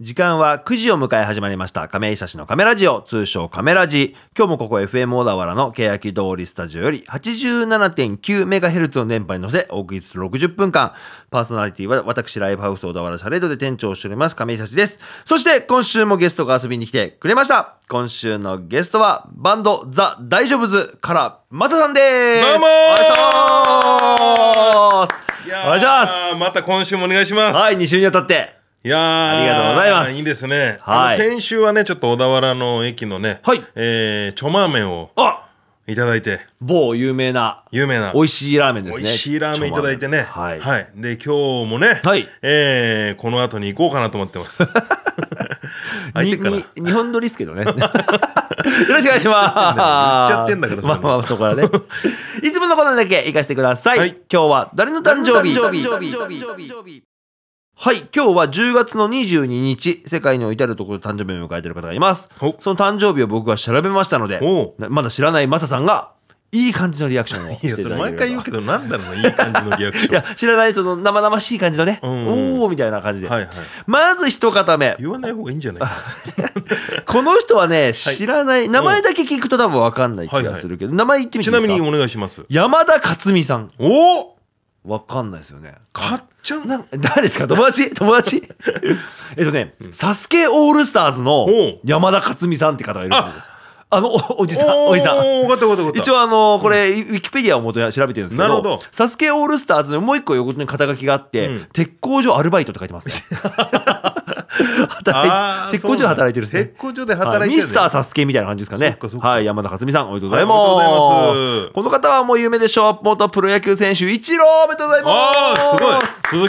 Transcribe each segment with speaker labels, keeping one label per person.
Speaker 1: 時間は9時を迎え始まりました亀井久志のカメラジオ通称カメラジ今日もここ FM 小田原の欅通りスタジオより 87.9MHz の電波に乗せお送りする60分間パーソナリティは私ライブハウス小田原シャレードで店長をしております亀井久志ですそして今週もゲストが遊びに来てくれました今週のゲストはバンドザ・大丈夫ズからマサさんです
Speaker 2: どう
Speaker 1: お
Speaker 2: もー
Speaker 1: 願いします
Speaker 2: やー
Speaker 1: お願いします
Speaker 2: また今週もお願いします。
Speaker 1: はい2週にわたって
Speaker 2: いやあ
Speaker 1: ありがとうございます
Speaker 2: いいですね。
Speaker 1: はい
Speaker 2: あの先週はね、ちょっと小田原の駅のね、
Speaker 1: はい
Speaker 2: えー、チョマーメンを
Speaker 1: あ
Speaker 2: いただいて、
Speaker 1: 某有名な
Speaker 2: 有名な
Speaker 1: 美味しいラーメンですね。
Speaker 2: 美味しいラーメンいただいてね。
Speaker 1: はい。
Speaker 2: で、今日もね、
Speaker 1: はい
Speaker 2: えー、この後に行こうかなと思って ます。 空いてっかな
Speaker 1: にに日本撮りですけどね。よ ろしくお願いしま
Speaker 2: 言っ
Speaker 1: す。
Speaker 2: ちゃってんだからそれ
Speaker 1: まあまあ、そこ はね。いつものことだけ行かせてください。
Speaker 2: はい
Speaker 1: 今日は誰の誕生日
Speaker 2: 誰の誕生日
Speaker 1: はい、今日は10月の22日、世界の至るところで誕生日を迎えている方がいます
Speaker 2: お。
Speaker 1: その誕生日を僕が調べましたので
Speaker 2: おう、
Speaker 1: なまだ知らないマサさんが、いい感じのリアクションをし
Speaker 2: い
Speaker 1: てい
Speaker 2: や、
Speaker 1: ただけ
Speaker 2: それ
Speaker 1: れば
Speaker 2: 毎回言うけど、なんだろうな、いい感じのリアクシ
Speaker 1: い
Speaker 2: ョン
Speaker 1: や。、知らない、その生々しい感じのね、
Speaker 2: ん
Speaker 1: おーみたいな感じで。
Speaker 2: はいはい
Speaker 1: まず一方目。
Speaker 2: 言わない方がいいんじ ゃないか
Speaker 1: この人はね、知らない、名前だけ聞くと多分わかんない気がするけど、名前言ってみて
Speaker 2: ち
Speaker 1: いいで
Speaker 2: な
Speaker 1: すか
Speaker 2: みにお願いします。
Speaker 1: 山田勝美さん。
Speaker 2: おお
Speaker 1: わかんないですよね。
Speaker 2: かっちゃん
Speaker 1: な誰ですか友 達友達えっとね、サスケオールスターズの
Speaker 2: おう
Speaker 1: 山田勝美さんって方がいるんですよ。あの、おおじさん、おじさん。
Speaker 2: おー、分かった分かった分かった。
Speaker 1: 一応あのこれ、ウィキペディアを元に調べてるんですけど
Speaker 2: なるほど
Speaker 1: サスケオールスターズのもう一個横に肩書きがあって、
Speaker 2: うん
Speaker 1: 鉄工所アルバイトって書いて ますね働
Speaker 2: あ
Speaker 1: い
Speaker 2: ー
Speaker 1: て鉄工所で働いてるんですね
Speaker 2: 鉄工所で働いてるね
Speaker 1: ミスターサスケみたいな感じですか
Speaker 2: そ
Speaker 1: ね
Speaker 2: っかそっか
Speaker 1: はい山田勝美さんおめでとうございます,、
Speaker 2: はいおめでとうございます
Speaker 1: この方はもう有名でしょう元プロ野球選手イチローおめでとうございます
Speaker 2: あーすごい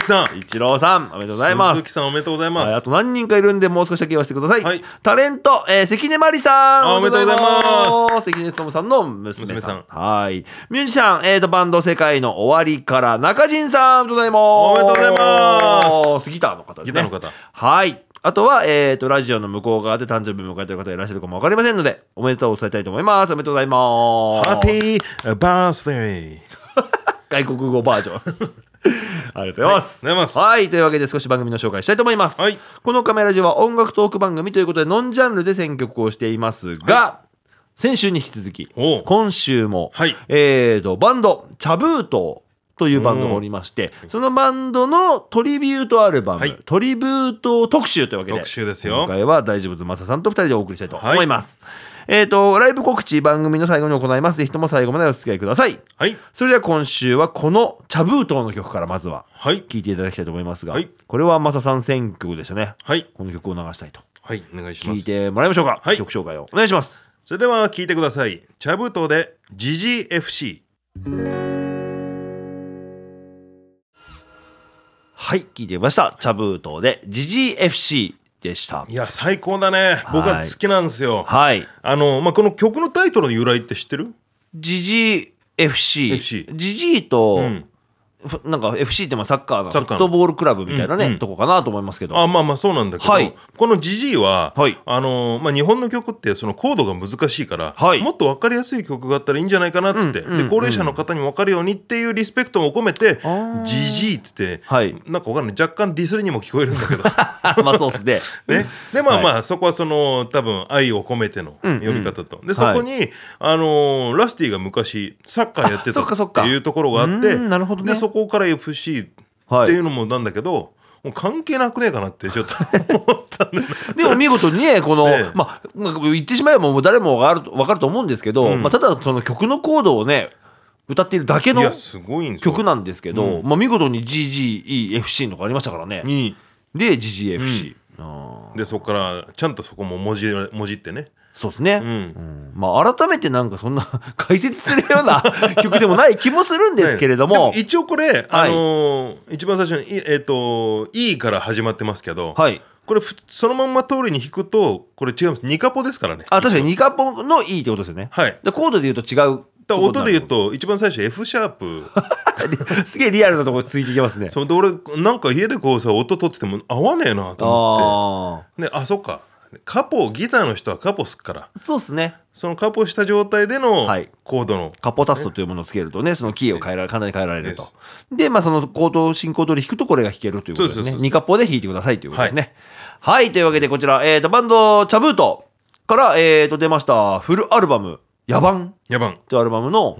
Speaker 2: 鈴木さん
Speaker 1: イチローさんおめでとうございます
Speaker 2: 鈴木さんおめでとうございます、
Speaker 1: はいあと何人かいるんでもう少しだけ言わせてください、
Speaker 2: はい
Speaker 1: タレント、えー関根麻里さん
Speaker 2: あおめでとうございます
Speaker 1: 関根勤さんの娘さん
Speaker 2: 娘さん
Speaker 1: はいミュージシャン、えー、とバンド「世界の終わり」から中陣さんおめでとうございます
Speaker 2: おめでとうござい
Speaker 1: ますギターの方ですね
Speaker 2: ギターの方
Speaker 1: はいあとは、えー、とラジオの向こう側で誕生日を迎えている方がいらっしゃるかも分かりませんのでおめでとうを伝えたいと思いますおめでとうございます
Speaker 2: ハッピーバースデー
Speaker 1: 外国語バージョン。 ありがとうございます。
Speaker 2: はいありがとうございます
Speaker 1: はい。というわけで少し番組の紹介したいと思います。
Speaker 2: はい
Speaker 1: このカメラジオは音楽トーク番組ということで、ノンジャンルで選曲をしていますが、先週に引き続き
Speaker 2: おう、
Speaker 1: 今週も、
Speaker 2: はい
Speaker 1: えーと、バンド、チャブートというバンドがおりまして、そのバンドのトリビュートアルバム、
Speaker 2: はい
Speaker 1: トリビュート特集というわけで、
Speaker 2: 特集ですよ
Speaker 1: 今回は大丈夫ずまささんと二人でお送りしたいと
Speaker 2: は
Speaker 1: 思
Speaker 2: い
Speaker 1: います。えーと、ライブ告知番組の最後に行います。ぜひとも最後までお付き合いください。
Speaker 2: はい
Speaker 1: それでは今週はこのチャブートーの曲からまずは
Speaker 2: はい
Speaker 1: 聴いていただきたいと思いますが、
Speaker 2: はい
Speaker 1: これはマサさん選曲でしたね。
Speaker 2: はい
Speaker 1: この曲を流したいと。
Speaker 2: はいお願いしま
Speaker 1: 聴い
Speaker 2: す
Speaker 1: てもらいましょうか。
Speaker 2: はい
Speaker 1: 曲紹介をお願いします。
Speaker 2: それでは聞いてくださいチャブトで GGFC
Speaker 1: はい、聴いてみました。チャブートーで GGFC でした
Speaker 2: い。や最高だね僕は好きなんですよ
Speaker 1: はい。
Speaker 2: あの、まあ、この曲のタイトルの由来って知ってる
Speaker 1: GGFC
Speaker 2: FC。
Speaker 1: GG と、
Speaker 2: うん
Speaker 1: ふなんか FC ってまあサッカーのフ
Speaker 2: サッカー
Speaker 1: ッ
Speaker 2: の
Speaker 1: トボールクラブみたいなね、
Speaker 2: うんうん
Speaker 1: とこかなと思いますけど。
Speaker 2: あまあまあそうなんだけど、
Speaker 1: はい
Speaker 2: この「ジジイは」
Speaker 1: はい
Speaker 2: あのまあ、日本の曲ってそのコードが難しいから、
Speaker 1: はい
Speaker 2: もっと分かりやすい曲があったらいいんじゃないかなっつって、
Speaker 1: うんうんうん
Speaker 2: で高齢者の方にも分かるようにっていうリスペクトも込めて
Speaker 1: あー
Speaker 2: 「ジジイ」っつって、
Speaker 1: はい
Speaker 2: なんか分かんない若干ディスりにも聞こえるんだけど。
Speaker 1: まあそうっすね。
Speaker 2: ね、でま
Speaker 1: は
Speaker 2: あ
Speaker 1: い
Speaker 2: まあそこはその多分愛を込めての
Speaker 1: うん
Speaker 2: 呼び方と、でそこに、あのーラスティが昔サッカーやって
Speaker 1: あそっかそ
Speaker 2: た
Speaker 1: っ
Speaker 2: っ
Speaker 1: か
Speaker 2: ていうところがあって
Speaker 1: うんなるほどね
Speaker 2: でそこから FC って
Speaker 1: はい
Speaker 2: いうのもなんだけど、もう関係なくねえかなってちょっと思ったんだよね
Speaker 1: でも見事にね、この、
Speaker 2: ええ
Speaker 1: まあ、なんか言ってしまえばもう誰もわかるわかると思うんですけど、
Speaker 2: ん
Speaker 1: まあ、ただその曲のコードをね、歌っているだけの
Speaker 2: いやすごいんですよ
Speaker 1: 曲なんですけど、
Speaker 2: う
Speaker 1: まあ、見事に GGEFC のがありましたからね。
Speaker 2: に
Speaker 1: で、GGFC。あー
Speaker 2: でそこからちゃんとそこも文字文字ってね
Speaker 1: そうですね。
Speaker 2: うん
Speaker 1: うんまあ、改めてなんかそんな 解説するような 曲でもない気もするんですけれども
Speaker 2: で、一応これ、あのー一番最初にいえっ、と「E」から始まってますけど、
Speaker 1: はい。
Speaker 2: これふそのまんま通りに弾くとこれ違いますニカポですからね
Speaker 1: あ、確かにニカポの E ってことですよね。
Speaker 2: はい
Speaker 1: でコードで言うと違う
Speaker 2: だから音で言う
Speaker 1: と
Speaker 2: と一番最初 F シャープ
Speaker 1: こになる。すげえリアルなところついていきますね。
Speaker 2: それで俺なんか家でこうさ音取ってても合わねえなと思
Speaker 1: ああ。
Speaker 2: ってねあそっかカポをギターの人はカポすっから
Speaker 1: そうですね。
Speaker 2: そのカポした状態での
Speaker 1: はい
Speaker 2: コードの、
Speaker 1: カポタストというものをつけるとね、そのキーを変えられ、簡単に変えられると。で、まあ、そのコード進行通り弾くとこれが弾けるということです
Speaker 2: そうそう
Speaker 1: ね。
Speaker 2: そうそう
Speaker 1: 二カポで弾いてくださいということですね。はい、というわけでこちら、えっ、と、バンド、チャブートから、えっ、と、出ました、フルアルバム、野蛮
Speaker 2: 野蛮
Speaker 1: というアルバムの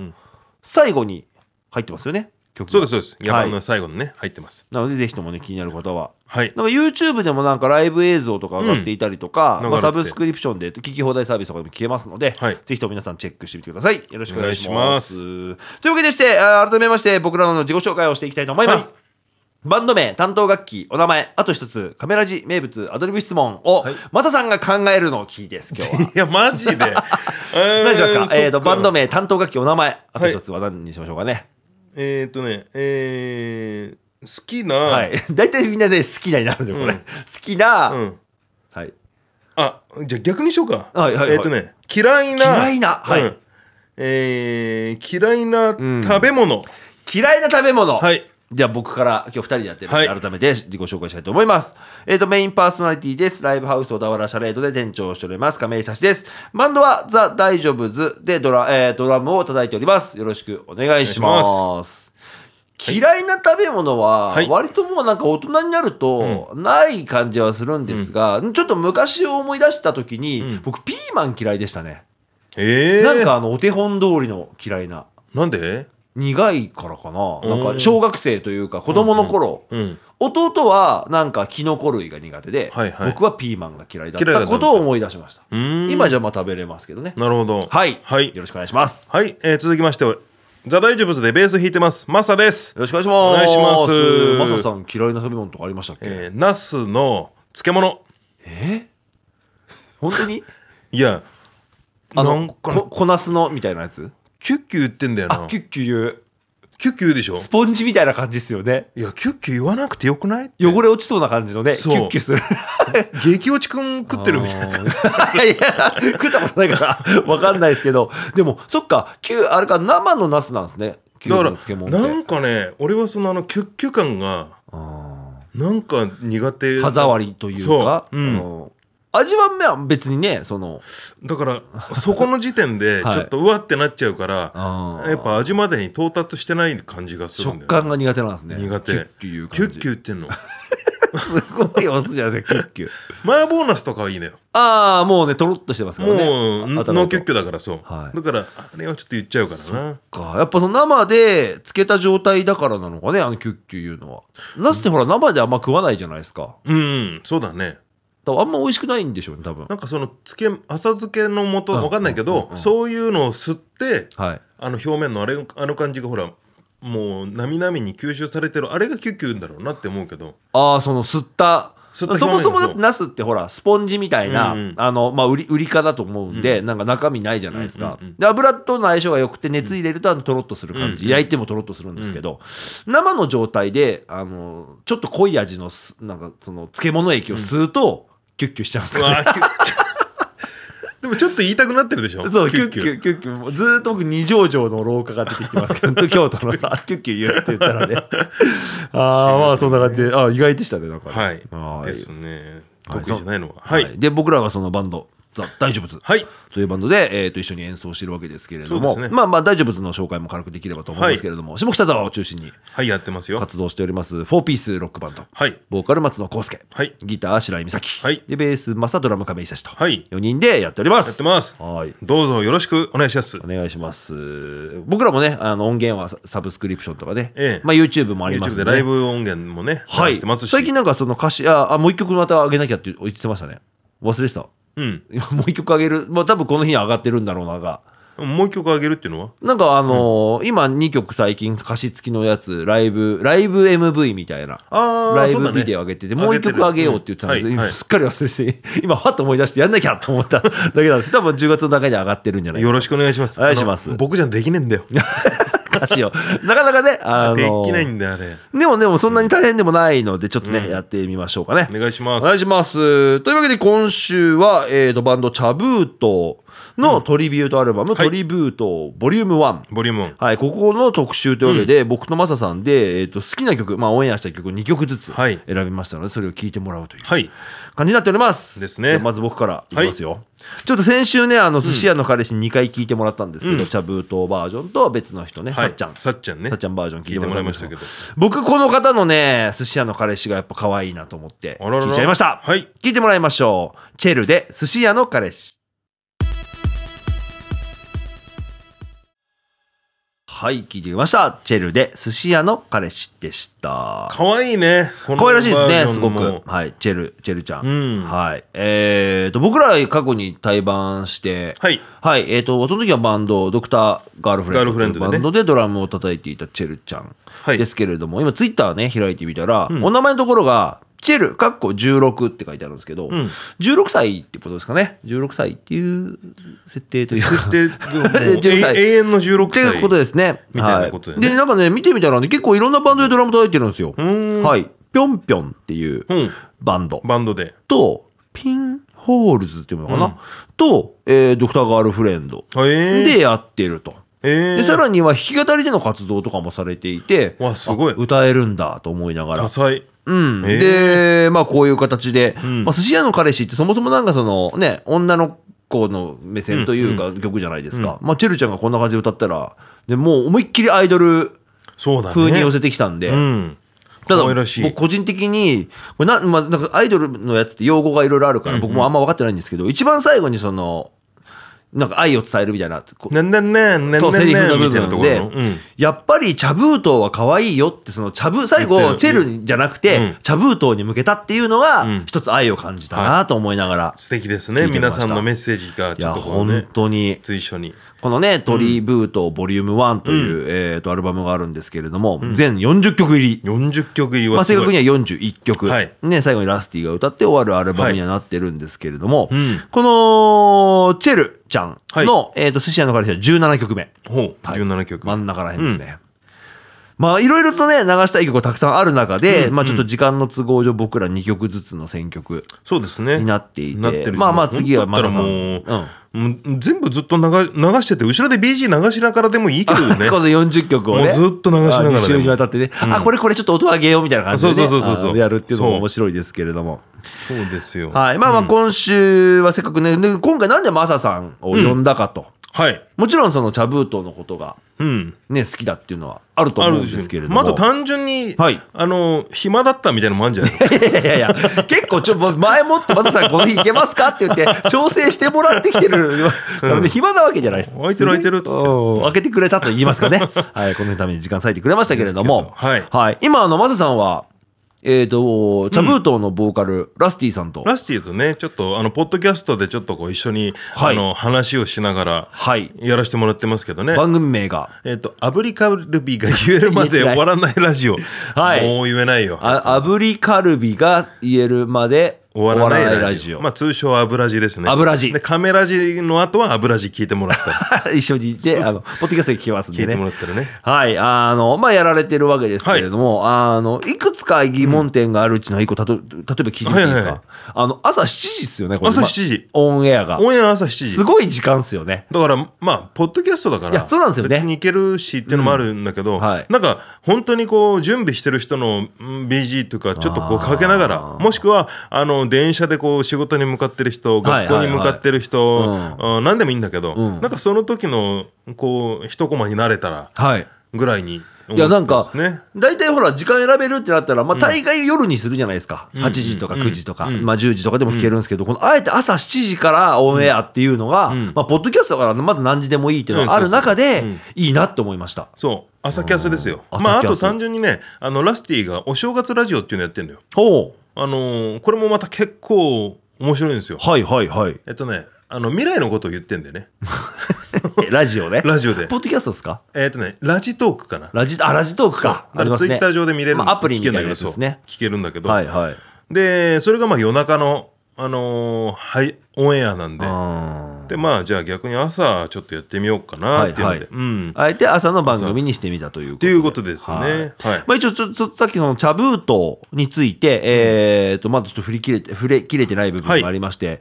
Speaker 1: 最後に入ってますよね、曲が
Speaker 2: そうですそうです野
Speaker 1: はい
Speaker 2: 蛮の最後のね、入ってます
Speaker 1: なので、ぜひともね、気になる方は。
Speaker 2: はい
Speaker 1: なんか YouTube でもなんかライブ映像とか上がっていたりとか、
Speaker 2: うん
Speaker 1: まあ、
Speaker 2: 流れ
Speaker 1: サ
Speaker 2: てて
Speaker 1: ブスクリプションで聞き放題サービスとかでも聞けますので、
Speaker 2: はい
Speaker 1: ぜひとも皆さんチェックしてみてください。よろしくお願いし
Speaker 2: お願
Speaker 1: ま
Speaker 2: い
Speaker 1: す。
Speaker 2: し
Speaker 1: というわけでして、あー改めまして僕らの自己紹介をしていきたいと思います。
Speaker 2: はい
Speaker 1: バンド名、担当楽器、お名前、あと一つ、カメラジ名物、アドリブ質問を、
Speaker 2: はい
Speaker 1: マサさんが考えるのを聞いてです、今 日は。
Speaker 2: いやマジで
Speaker 1: 何
Speaker 2: 何
Speaker 1: しますか、えー、とバンド名、担当楽器、お名前、あと一つは何にしましょうかね。
Speaker 2: えーっとねえー、好きな、
Speaker 1: はい。 大体みんなね、好きなになるんで、これ。
Speaker 2: うん
Speaker 1: 好きな、
Speaker 2: うん
Speaker 1: はい。
Speaker 2: あじゃあ逆にしようか、
Speaker 1: はいはいはい
Speaker 2: えーっ、とね嫌いな
Speaker 1: 嫌いなはい
Speaker 2: うんえー嫌いなん食べ物、
Speaker 1: 嫌いな食べ物。
Speaker 2: はい
Speaker 1: じゃあ僕から今日二人でやってるんで、
Speaker 2: はい
Speaker 1: 改めて自己紹介したいと思います。えっ、と、メインパーソナリティです。ライブハウス小田原シャレードで店長をしております。亀井久志です。バンドはザ・大丈夫ズでドラ,、えードラムを叩いております。よろしくお願いします。嫌いな食べ物は
Speaker 2: はい
Speaker 1: 割ともうなんか大人になるとない感じはするんですが、ちょっと昔を思い出した時に、僕ピーマン嫌いでしたね、
Speaker 2: えー、
Speaker 1: なんかあのお手本通りの嫌いな
Speaker 2: なんで
Speaker 1: 苦いからかななん
Speaker 2: う
Speaker 1: か
Speaker 2: ん
Speaker 1: 小学生というか子供の頃、
Speaker 2: うんうん
Speaker 1: 弟はなんかキノコ類が苦手で、
Speaker 2: はいはい
Speaker 1: 僕はピーマンが嫌いだっ
Speaker 2: 嫌いだ
Speaker 1: た
Speaker 2: った
Speaker 1: ことを思い出しました
Speaker 2: うーん
Speaker 1: 今じゃまあ食べれますけどね
Speaker 2: なるほど
Speaker 1: はい、
Speaker 2: はい
Speaker 1: よろしくお願いします
Speaker 2: はい、えー続きましてザ・大丈夫ズでベース弾いてますマサです
Speaker 1: よろしくお願いします
Speaker 2: お願いします
Speaker 1: マサさん嫌いな食べ物とかありましたっけ
Speaker 2: えー、ナスの漬物
Speaker 1: え本当に
Speaker 2: いや
Speaker 1: あ
Speaker 2: なん
Speaker 1: の
Speaker 2: か
Speaker 1: ここなすのみたいなやつ
Speaker 2: キュッキュ言ってんだよ
Speaker 1: あ
Speaker 2: な
Speaker 1: キュッキュ言う
Speaker 2: キュッキュ言うでしょ
Speaker 1: スポンジみたいな感じっすよね
Speaker 2: いやキュッキュ言わなくてよくない
Speaker 1: 汚れ落ちそうな感じのねキ
Speaker 2: そう
Speaker 1: ュッキュする
Speaker 2: 激落ちくん食ってるみたいな
Speaker 1: な。 いや、食ったことないから、わかんないですけど、でも、そっか、キューあれか、生のナスなんですね。キュ
Speaker 2: だ
Speaker 1: ー
Speaker 2: か
Speaker 1: の
Speaker 2: ら
Speaker 1: 漬物って。
Speaker 2: なんかね俺はそのあのキュッキュ感が
Speaker 1: あ
Speaker 2: なんか苦手
Speaker 1: ー歯触りというか、
Speaker 2: そううん
Speaker 1: あの味はまあ別にね、その、
Speaker 2: だからそこの時点で ち
Speaker 1: はい
Speaker 2: ょっとうわってなっちゃうから、
Speaker 1: あー
Speaker 2: やっぱ味までに到達してない感じがするん
Speaker 1: 食
Speaker 2: だよ
Speaker 1: 感が苦手なんですね。
Speaker 2: 苦手
Speaker 1: キュッキュいう
Speaker 2: キュ
Speaker 1: 感
Speaker 2: ッ
Speaker 1: じ。
Speaker 2: キュ言ってんの
Speaker 1: すごいお酢じゃないですか、キュッキュ。
Speaker 2: マーボーナスとかはいいのよ
Speaker 1: ああ、もうね、とろっとしてますから
Speaker 2: もう、
Speaker 1: ね。
Speaker 2: んノ
Speaker 1: 頭
Speaker 2: ー
Speaker 1: と
Speaker 2: キュッキュだからそう、
Speaker 1: はい
Speaker 2: だからあれはちょっと言っちゃうからな
Speaker 1: かやっぱその生で漬けた状態だからなのかねあのキュッキュいうのはナスってほら生であんま食わないじゃないですか
Speaker 2: うんうんそうだね
Speaker 1: だからあんま美味しくないんでしょうね多分
Speaker 2: なんかそのつけ浅漬けのもと
Speaker 1: うん
Speaker 2: わかんないけど、
Speaker 1: うんうんうん
Speaker 2: そういうのを吸って
Speaker 1: はい
Speaker 2: あの表面のあれあの感じがほらもうなみなみに吸収されてるあれがキュッキュ言うんだろうなって思うけ ど
Speaker 1: ああその吸った
Speaker 2: 吸った表面
Speaker 1: そもそもだって
Speaker 2: そう
Speaker 1: ナスってほらスポンジみたいな、
Speaker 2: うんうん
Speaker 1: あのまあ、売り売りかだと思うんで、なんか中身ないじゃないですか、
Speaker 2: うんうんうん
Speaker 1: で油との相性が良くて熱入れるとあのとろっとする感じ、
Speaker 2: うんうん
Speaker 1: 焼いてもとろっとするんですけど、生の状態であのちょっと濃い味のすなんかその漬物液を吸うと、キュッキュしちゃうんです
Speaker 2: う
Speaker 1: よね
Speaker 2: わーキュッキュ でもちょっと言いたくなってるでし ょ
Speaker 1: そうキュッキュキュッキュもうずーっと僕二条城の廊下が出てきて ますけど京都のさキュッキュ言って言ったらねああまあそんな感じであー意外でしたねなんかね
Speaker 2: はい
Speaker 1: は
Speaker 2: で
Speaker 1: い
Speaker 2: すね
Speaker 1: はい
Speaker 2: 得意じゃないのははい、
Speaker 1: で僕らはそのバンドザ・大丈夫ズ
Speaker 2: はい
Speaker 1: というバンドで、えー、と一緒に演奏してるわけですけれども、
Speaker 2: そうですね
Speaker 1: まあまあ大丈夫ズの紹介も軽くできればと思うんですけれども、下北沢を中心に
Speaker 2: はいやってますよ
Speaker 1: 活動しております4ピースロックバンド、
Speaker 2: はい
Speaker 1: ボーカル松野康介、
Speaker 2: はい
Speaker 1: ギター白井美咲、
Speaker 2: はい
Speaker 1: でベースマサドラム亀井久志と、
Speaker 2: はい
Speaker 1: 4人でやっております
Speaker 2: やってます
Speaker 1: はい
Speaker 2: どうぞよろしくお願いします
Speaker 1: お願いします僕らもねあの音源はササブスクリプションとかね、
Speaker 2: ええ
Speaker 1: まあ、YouTube もあります
Speaker 2: YouTube
Speaker 1: ん
Speaker 2: でライブ音源もね
Speaker 1: は
Speaker 2: 流
Speaker 1: い
Speaker 2: してますし
Speaker 1: 最近なんかその歌詞ああもう一曲また上げなきゃって言ってましたね忘れてた
Speaker 2: うん
Speaker 1: もう一曲あげる、まあ、多分この日に上がってるんだろうなが。
Speaker 2: もう一曲あげるっていうのは
Speaker 1: なんかあのー今2曲最近歌詞付きのやつ、ライブ、ライブ MV みたいな。
Speaker 2: あー
Speaker 1: ライ
Speaker 2: そう
Speaker 1: ブ
Speaker 2: だね
Speaker 1: ビデオ上げてて、もう一曲上げようって言ってたんですけど、
Speaker 2: うんはい
Speaker 1: 今すっかり忘れて、 今はっと思い出してやんなきゃと思っただけなんです。多分10月の中に上がってるんじゃないか
Speaker 2: よろしくお願いします
Speaker 1: お願いします
Speaker 2: あの僕じゃできねえんだよ
Speaker 1: 歌詞を。なかなかね、あの
Speaker 2: できないんだあれ
Speaker 1: でもでもそんなに大変でもないので、ちょっとね、やってみましょうかね。
Speaker 2: お願いしま
Speaker 1: お
Speaker 2: す
Speaker 1: 願いします。というわけで今週は、えー、とバンドチャブートのトリビュートアルバム、
Speaker 2: はい
Speaker 1: トリビュートボリューム1。
Speaker 2: ボリューム1
Speaker 1: はい、ここの特集というわけで、僕とマサさんで、えー、と好きな曲、まあ、オンエアした曲2曲ずつ
Speaker 2: はい
Speaker 1: 選びましたので、それを聴いてもらうという
Speaker 2: はい
Speaker 1: 感じになっております。
Speaker 2: ですね
Speaker 1: じゃあまず僕からいきますよ。ちょっと先週ね、あの寿司屋の彼氏に2回聞いてもらったんですけど、チャブートバージョンと別の人ね、
Speaker 2: はい
Speaker 1: さっちゃん。
Speaker 2: さっちゃんね
Speaker 1: さっちゃんバージョン聞いてもらいましたけど
Speaker 2: 聞いてもらいまし
Speaker 1: 僕この方のね寿司屋の彼氏がやっぱ可愛いなと思って
Speaker 2: あららら
Speaker 1: 聞いちゃいました
Speaker 2: はい
Speaker 1: 聞いてもらいましょうチェルで寿司屋の彼氏はい聞いてみましたチェルで寿司屋の彼氏でした
Speaker 2: 可愛いねこの
Speaker 1: 可愛らしいです
Speaker 2: バー
Speaker 1: ね
Speaker 2: ジョ
Speaker 1: す
Speaker 2: ン
Speaker 1: ご
Speaker 2: のも
Speaker 1: くはいチェルチェルちゃん、
Speaker 2: うん
Speaker 1: はいえー、と僕ら過去に対バンして
Speaker 2: はい
Speaker 1: はい、えっ、と、その時はバンド、ドクターガールフレンド。
Speaker 2: ガールフレンドでね
Speaker 1: バンドでドラムを叩いていたチェルちゃん
Speaker 2: はい
Speaker 1: ですけれども、今ツイッターね、開いてみたら、お名前のところが、チェル、かっこ16って書いてあるんですけど、16歳ってことですかね。16歳っていう設定 というか。
Speaker 2: 設 定がもう
Speaker 1: 16歳
Speaker 2: 永永遠の16
Speaker 1: って
Speaker 2: 歳
Speaker 1: いうことですね。
Speaker 2: みたいなことだよね
Speaker 1: はいで、なんかね、見てみたらね、結構いろんなバンドでドラム叩いてるんですよ。
Speaker 2: ん
Speaker 1: はい。ぴょんぴょんっていう
Speaker 2: うん
Speaker 1: バンド。
Speaker 2: バンドで
Speaker 1: と、ピンホールズっていうのかな、と、えードクターガールフレンド
Speaker 2: あえー
Speaker 1: でやってると。
Speaker 2: え
Speaker 1: で
Speaker 2: ー
Speaker 1: さらには弾き語りでの活動とかもされていて
Speaker 2: わすごい
Speaker 1: あ歌えるんだと思いながら
Speaker 2: 多、彩
Speaker 1: うん
Speaker 2: え
Speaker 1: で、まあ、こういう形で、
Speaker 2: ん
Speaker 1: まあ、寿司屋の彼氏ってそもそもなんかそのね女の子の目線というか曲じゃないですか、まあ、チェルちゃんがこんな感じで歌ったらでもう思いっきりアイドル
Speaker 2: そうだね
Speaker 1: 風に寄せてきたんで、
Speaker 2: うん
Speaker 1: ただ、
Speaker 2: 可愛らしい
Speaker 1: 僕個人的に、これな、まあ、なんかアイドルのやつって用語がいろいろあるから、僕もあんま分かってないんですけど、一番最後にその、なんか愛を伝えるみたいな、こう
Speaker 2: なんなんなんなんなん
Speaker 1: そう、セリフの
Speaker 2: なん
Speaker 1: 部
Speaker 2: みたいな
Speaker 1: 分
Speaker 2: とこ
Speaker 1: で
Speaker 2: ろのうん、
Speaker 1: やっぱりチャブートーは可愛いよって、そのチャブ、最
Speaker 2: 言って
Speaker 1: 後、
Speaker 2: る
Speaker 1: チェルじゃなく
Speaker 2: う
Speaker 1: て
Speaker 2: ん、
Speaker 1: チャブートーに向けたっていうの
Speaker 2: う
Speaker 1: は
Speaker 2: ん、
Speaker 1: 一つ愛を感じたなと思いながら、
Speaker 2: 素敵です
Speaker 1: 聞
Speaker 2: ね
Speaker 1: いてみま
Speaker 2: 皆
Speaker 1: した
Speaker 2: さんのメッセージが
Speaker 1: い
Speaker 2: ちょ
Speaker 1: や、
Speaker 2: っとこうね
Speaker 1: 本当に、
Speaker 2: 随所に
Speaker 1: このね、トリブートーボリューム1という、えっと、アルバムがあるんですけれども、全40曲入り。
Speaker 2: 40曲入り
Speaker 1: ま
Speaker 2: は
Speaker 1: あ、
Speaker 2: す
Speaker 1: 正
Speaker 2: ご
Speaker 1: 確
Speaker 2: い
Speaker 1: には41曲、
Speaker 2: はい
Speaker 1: ね、最後にラスティが歌って終わるアルバムにはなってるんですけれども、
Speaker 2: いうん
Speaker 1: このチェルちゃんの、えー、と寿司屋の彼氏は17曲目
Speaker 2: ほう
Speaker 1: はい
Speaker 2: 17曲
Speaker 1: 真ん中らへんですね、まあいろいろとね流したい曲がたくさんある中で、まあ、ちょっと時間の都合上僕ら2曲ずつの選曲
Speaker 2: そうですね
Speaker 1: になっていて
Speaker 2: なる
Speaker 1: まあまあ次は
Speaker 2: ほんとだったら
Speaker 1: まだ
Speaker 2: もうもう全部ずっと流流してて後ろで BG 流しながらでもいいけど ね
Speaker 1: この40曲をね
Speaker 2: もうずっと流しながらでも
Speaker 1: あ2週にわたってね、あこれこれちょっと音上げようみたいな感じで、ね、
Speaker 2: そうそうそうそうそう
Speaker 1: あのやるっていうのも
Speaker 2: そう
Speaker 1: 面白いですけれども。
Speaker 2: そうですよ
Speaker 1: はい。まあまあ、今週はせっかくね、で今回なんでマサさんを呼んだかと。
Speaker 2: はい
Speaker 1: もちろんそのチャブートのことが
Speaker 2: うん
Speaker 1: ね、好きだっていうのはあると
Speaker 2: あ
Speaker 1: 思う
Speaker 2: る
Speaker 1: んですけれども。
Speaker 2: まだ単純に
Speaker 1: はい
Speaker 2: あの暇だったみたいなのもあるんじゃない
Speaker 1: いやいやいや、結構ちょ、前もってマサさんこの日行けますかって言って、調整してもらってきてる。暇なわけじゃないです。
Speaker 2: 空いてる空いてるっつって
Speaker 1: うん開けてくれたと言います かね。はい。このために時間割いてくれましたけれども。
Speaker 2: ですけどはい
Speaker 1: 今、あの、マサさんは、えっ、と、チャブートのボーカル、ラスティさんと。
Speaker 2: ラスティとねちょっとあのポッドキャストでちょっとこう一緒に
Speaker 1: は
Speaker 2: あ
Speaker 1: い
Speaker 2: の話をしながら
Speaker 1: はい。
Speaker 2: やらせてもらってますけどね
Speaker 1: 番組名が。
Speaker 2: えっ、と、アブリカルビが言えるまで終わらないラジオ。
Speaker 1: はい
Speaker 2: もう言えないよ。
Speaker 1: あ炙りカルビが言えるまで
Speaker 2: 終わらないラジオ。ま
Speaker 1: ま
Speaker 2: あ、通称アブラジですね。
Speaker 1: 油字
Speaker 2: で、カメラジの後はアブラジ聞いても らったら。
Speaker 1: あ、一緒にいて、あの、ポッドキャストで聞きますん
Speaker 2: 聞
Speaker 1: で
Speaker 2: いてもら
Speaker 1: ね。
Speaker 2: ったらね。
Speaker 1: はい、あの、まあ、やられてるわけですけれども、あの、いくつか疑問点があるうちの一個、たと、例えば聞いてもいいです
Speaker 2: はいはいは
Speaker 1: か
Speaker 2: い
Speaker 1: あの、朝7時っすよね、これ。
Speaker 2: 朝7時
Speaker 1: まあオンエアが。
Speaker 2: オンエア朝7時。
Speaker 1: すごい時間っすよね。
Speaker 2: だから、まあ、ポッドキャストだから、
Speaker 1: いやそうなんですよね
Speaker 2: 別に行けるしっていうのもあるんだけど、
Speaker 1: んはい
Speaker 2: なんか、本当にこう、準備してる人のうん BG とか、ちょっとこう、
Speaker 1: あー
Speaker 2: かけながら、もしくは、あの、電車でこう、仕事に向かってる人、
Speaker 1: はい
Speaker 2: 学校に向かって
Speaker 1: はいは
Speaker 2: る
Speaker 1: い
Speaker 2: 人、うん何でもいいんだけど、
Speaker 1: うん
Speaker 2: なんかその時の、こう、一コマになれたら、
Speaker 1: はい。
Speaker 2: ぐらいに思
Speaker 1: いや、なん
Speaker 2: っ
Speaker 1: か
Speaker 2: てたですね。、
Speaker 1: 大体ほら、時間選べるってなったら、まあ、大概夜にするじゃないですか。8時とか9時とか、まあ、10時とかでも聞けるんですけど、この、あえて朝7時からオンエアっていうのが、まあ、ポッドキャストだから、まず何時でもいいっていうのがある中で
Speaker 2: うんそうそう、
Speaker 1: いいなって思いました。
Speaker 2: そう朝キャスですよ、
Speaker 1: うん
Speaker 2: まあ、
Speaker 1: 朝
Speaker 2: あ
Speaker 1: キャス
Speaker 2: と単純にねあのラスティがお正月ラジオっていうのやってるのよ、
Speaker 1: ほう。
Speaker 2: あのーこれもまた結構面白いんですよ
Speaker 1: はいはい はい。
Speaker 2: えっとねあの未来のことを言ってんだよ ね
Speaker 1: えラジオね。
Speaker 2: ラジオで
Speaker 1: ポッドキャストですか
Speaker 2: えっとねラジトークかな
Speaker 1: ラジ、あ、ラジトークか。
Speaker 2: だ
Speaker 1: あり
Speaker 2: から
Speaker 1: ま
Speaker 2: ツ
Speaker 1: す
Speaker 2: イ
Speaker 1: ね。
Speaker 2: ッター上で見れる
Speaker 1: まあアプリみたいなやつ
Speaker 2: そ
Speaker 1: で
Speaker 2: う
Speaker 1: すね。
Speaker 2: 聞けるんだけど、
Speaker 1: はいはい。
Speaker 2: でそれがまあ夜中の、あのーはい、オンエアなんで
Speaker 1: あー
Speaker 2: でまあじゃあ逆に朝ちょっとやってみようかなっていうので、
Speaker 1: はいはい
Speaker 2: うん、っ
Speaker 1: あえて朝の番組にしてみたということ
Speaker 2: て
Speaker 1: で。
Speaker 2: いうことですね。
Speaker 1: は
Speaker 2: はいい、
Speaker 1: まあ、一応ちょ、ちょさっきその茶封筒について、えー、とまだちょっと振り切れて触れ切れてない部分もありまして、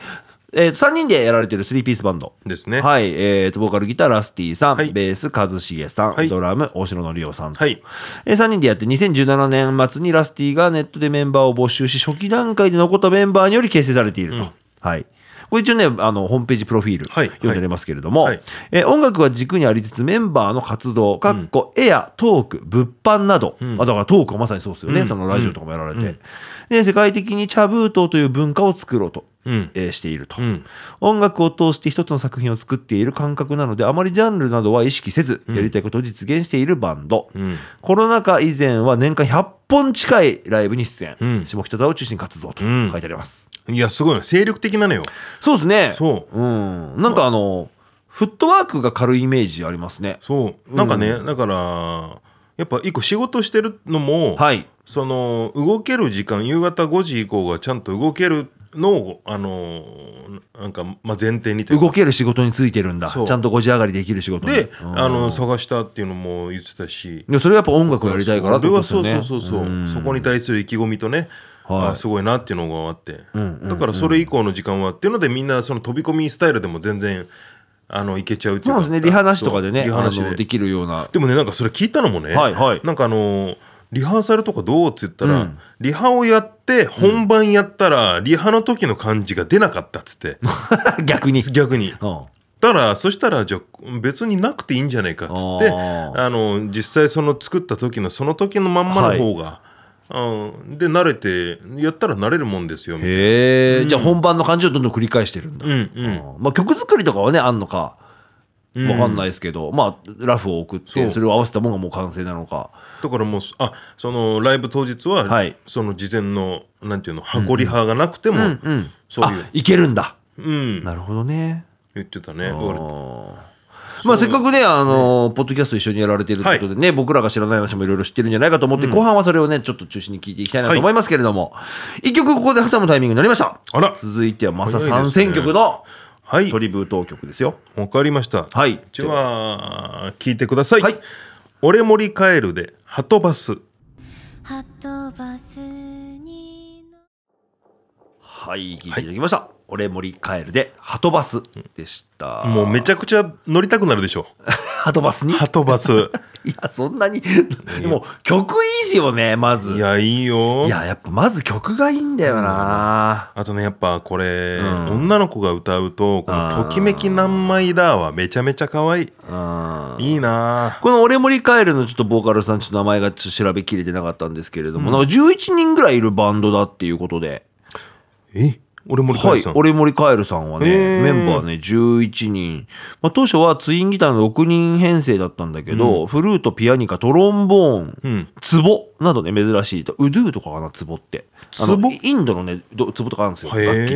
Speaker 1: えー、3人でやられてる3ピースバンド。
Speaker 2: ですね。
Speaker 1: はい、えー、とボーカルギターラスティさん、
Speaker 2: はい
Speaker 1: ベース一茂さん、
Speaker 2: はい
Speaker 1: ドラム大城のりおさんと、
Speaker 2: はい
Speaker 1: えー、3人でやって2017年末にラスティがネットでメンバーを募集し初期段階で残ったメンバーにより結成されていると。はいこれ一応ね、あの、ホームページプロフィール、
Speaker 2: はい
Speaker 1: 読んでありますけれども、
Speaker 2: はい
Speaker 1: えー音楽は軸にありつつ、メンバーの活動、かっこ、エア、トーク、物販など、あだからトークはまさにそうですよね、そのラジオとかもやられて、で、世界的に茶封筒という文化を作ろうと、
Speaker 2: うん
Speaker 1: えーしていると、
Speaker 2: ん
Speaker 1: 音楽を通して一つの作品を作っている感覚なのであまりジャンルなどは意識せずやりたいことを実現しているバンド、
Speaker 2: ん
Speaker 1: コロナ禍以前は年間100本近いライブに出演、
Speaker 2: うん
Speaker 1: 下北沢を中心に活動と書
Speaker 2: ん
Speaker 1: いてあります、
Speaker 2: いやすごいの精力的なのよ。
Speaker 1: そうですね、
Speaker 2: そう
Speaker 1: ん、なんかあのフットワークが軽いイメージありますね
Speaker 2: そうなんかね、だからやっぱ一個仕事してるのも、
Speaker 1: はい
Speaker 2: その動ける時間夕方5時以降がちゃんと動けるのをあのなんか、まあ、前提にというか
Speaker 1: 動ける仕事についてるんだ
Speaker 2: そう
Speaker 1: ちゃんと5時上がりできる仕事に
Speaker 2: で、
Speaker 1: うん
Speaker 2: あの探したっていうのも言ってたし
Speaker 1: でもそれはやっぱ音楽をやりたいからってことですよね
Speaker 2: 俺はそうそうそうそう、
Speaker 1: ん
Speaker 2: そこに対する意気込みとね、
Speaker 1: はい
Speaker 2: あすごいなっていうのがあって、
Speaker 1: んうん
Speaker 2: だからそれ以降の時間はっていうのでみんなその飛び込みスタイルでも全然あのいけちゃうってい
Speaker 1: そう
Speaker 2: う
Speaker 1: で
Speaker 2: か
Speaker 1: すねリハなしとかでね
Speaker 2: そうリハ
Speaker 1: あ
Speaker 2: なし
Speaker 1: の
Speaker 2: で
Speaker 1: できるよう な
Speaker 2: でもねなんかそれ聞いたのもね、
Speaker 1: はいはい
Speaker 2: なんかあのーリハーサルとかどうって言ったら、
Speaker 1: うん
Speaker 2: リハをやって本番やったら、リハの時の感じが出なかったっつって
Speaker 1: 逆に
Speaker 2: 逆に
Speaker 1: うん
Speaker 2: だからそしたらじゃあ別になくていいんじゃないかっつって
Speaker 1: あー
Speaker 2: あの実際その作った時のその時のまんまの方が、うんで慣れてやったら慣れるもんですよみたいな
Speaker 1: へえ、じゃあ本番の感じをどんどん繰り返してるんだ、
Speaker 2: うんうん
Speaker 1: あーまあ、曲作りとかはねあんのか分かんないですけど、まあラフを送っ
Speaker 2: そ
Speaker 1: て
Speaker 2: う
Speaker 1: それを合わせたものがもう完成なのか
Speaker 2: だからもうあそのライブ当日は、
Speaker 1: はい
Speaker 2: その事前のなんていうの箱リハがなくても、
Speaker 1: うんうん
Speaker 2: そういう
Speaker 1: あいけるんだ
Speaker 2: うん
Speaker 1: なるほどね
Speaker 2: 言ってたねだ
Speaker 1: あ
Speaker 2: から
Speaker 1: ーまあせっかくね、あのーポッドキャスト一緒にやられてるってことでね、僕らが知らない話もいろいろ知ってるんじゃないかと思って、後半はそれをね、ちょっと中心に聞いていきたいなと思いますけれども、一、曲ここで挟むタイミングになりました。
Speaker 2: あら
Speaker 1: 続いてはまさ
Speaker 2: 早いですね
Speaker 1: 参選曲の
Speaker 2: はい
Speaker 1: トリブート曲ですよ。
Speaker 2: わかりました。
Speaker 1: はい
Speaker 2: では、聞いてください。
Speaker 1: はい
Speaker 2: 俺森カエルで、ハトバス。
Speaker 3: はとバスにの
Speaker 1: はい、聞いていただきました。俺森カエルで、ハトバスでした。
Speaker 2: もうめちゃくちゃ乗りたくなるで しょ。
Speaker 1: ハトバスに。い
Speaker 2: ハトバス。
Speaker 1: や、そんなに、でも曲いいしよね、まず。
Speaker 2: い
Speaker 1: いや、
Speaker 2: や、いいよ。
Speaker 1: やっぱまず曲がいいんだよな。
Speaker 2: あとね、やっぱこれ、
Speaker 1: ん
Speaker 2: 女の子が歌うと、このときめき何枚だはめちゃめちゃ可愛い。
Speaker 1: うん。
Speaker 2: いいなぁ
Speaker 1: この俺森カエルのちょっとボーカルさん、ちょっと名前がちょっと調べきれてなかったんですけれども、なんか11人ぐらいいるバンドだっていうことで、
Speaker 2: え俺森カエ
Speaker 1: は
Speaker 2: ル
Speaker 1: い
Speaker 2: さ、ん。
Speaker 1: 俺森カエルさんはね、
Speaker 2: へー
Speaker 1: メンバーね、11人。まあ、当初はツインギターの6人編成だったんだけど、フルート、ピアニカ、トロンボーン、
Speaker 2: うん。
Speaker 1: ツボなどね、珍しいと。ウドゥーとかかな、ツボって。あの
Speaker 2: 壺
Speaker 1: インドのね、どツボとかあるんですよ、楽器で。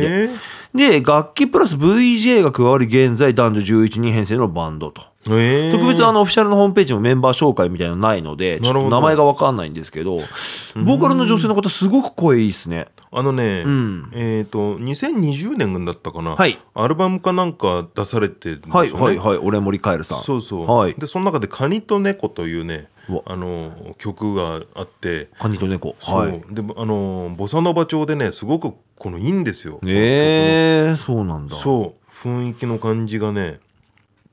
Speaker 2: へ
Speaker 1: で、楽器プラス VJ が加わり、現在男女11人編成のバンドと。
Speaker 2: え。へえ。
Speaker 1: 特別あのオフィシャルのホームページもメンバー紹介みたいなのないので、ちょっ
Speaker 2: なる
Speaker 1: と
Speaker 2: ほど
Speaker 1: 名前がわかんないんですけど、ボーカルの女性の方すごく声いいですね。
Speaker 2: あのね、
Speaker 1: ん
Speaker 2: えっ、と、2020年だったかな。
Speaker 1: はい
Speaker 2: アルバムかなんか出されてるんですよね。
Speaker 1: はいはいはい、俺森カエルさん。
Speaker 2: そうそう、
Speaker 1: はい。
Speaker 2: でその中で「カニと猫」というね
Speaker 1: うわ
Speaker 2: あの曲があって
Speaker 1: カニと猫。
Speaker 2: そう、
Speaker 1: はい。
Speaker 2: であのボサノバ調でねすごくこのいいんですよ、
Speaker 1: えー、そうなんだ。ちょ
Speaker 2: そう雰囲気の感じがね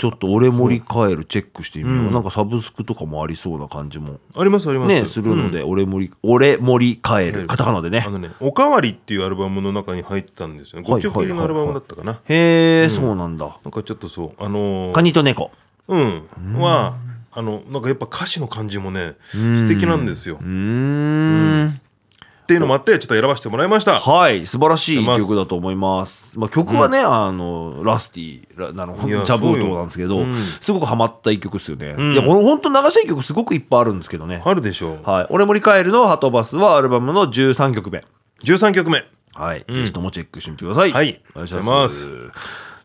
Speaker 1: っと俺森カエルチェックしてみよう。なんかサブスクとかもありそうな感じも。
Speaker 2: ありますあります
Speaker 1: ね、するので、俺森、俺森カエル。カタカナでね
Speaker 2: あ。のね「おかわり」っていうアルバムの中に入ってたんですよね
Speaker 1: はい
Speaker 2: 5曲入りのアルバムだったかな、
Speaker 1: へえ、そうなんだ。
Speaker 2: なんかちょっとそうあのー
Speaker 1: カニと猫。
Speaker 2: うんはあのなんかやっぱ歌詞の感じもね素敵なんですよ
Speaker 1: うーん。
Speaker 2: っていうのもあってちょっと選ばせてもらいました
Speaker 1: はい、素晴らしい
Speaker 2: 出ます
Speaker 1: 曲だと思います。まあ、曲はね、あの、ラスティ、ラあの、
Speaker 2: いや
Speaker 1: ジャブー
Speaker 2: そう
Speaker 1: ト
Speaker 2: よ
Speaker 1: なんですけど、
Speaker 2: うん
Speaker 1: すごくハマった一曲ですよね。
Speaker 2: ん
Speaker 1: いや、この本当流したい曲すごくいっぱいあるんですけどね。
Speaker 2: あるでしょう
Speaker 1: はい。俺森カエルのハトバスはアルバムの13曲目。
Speaker 2: 13曲目
Speaker 1: はい。ぜひともチェックしてみてください。
Speaker 2: はい
Speaker 1: お願いします。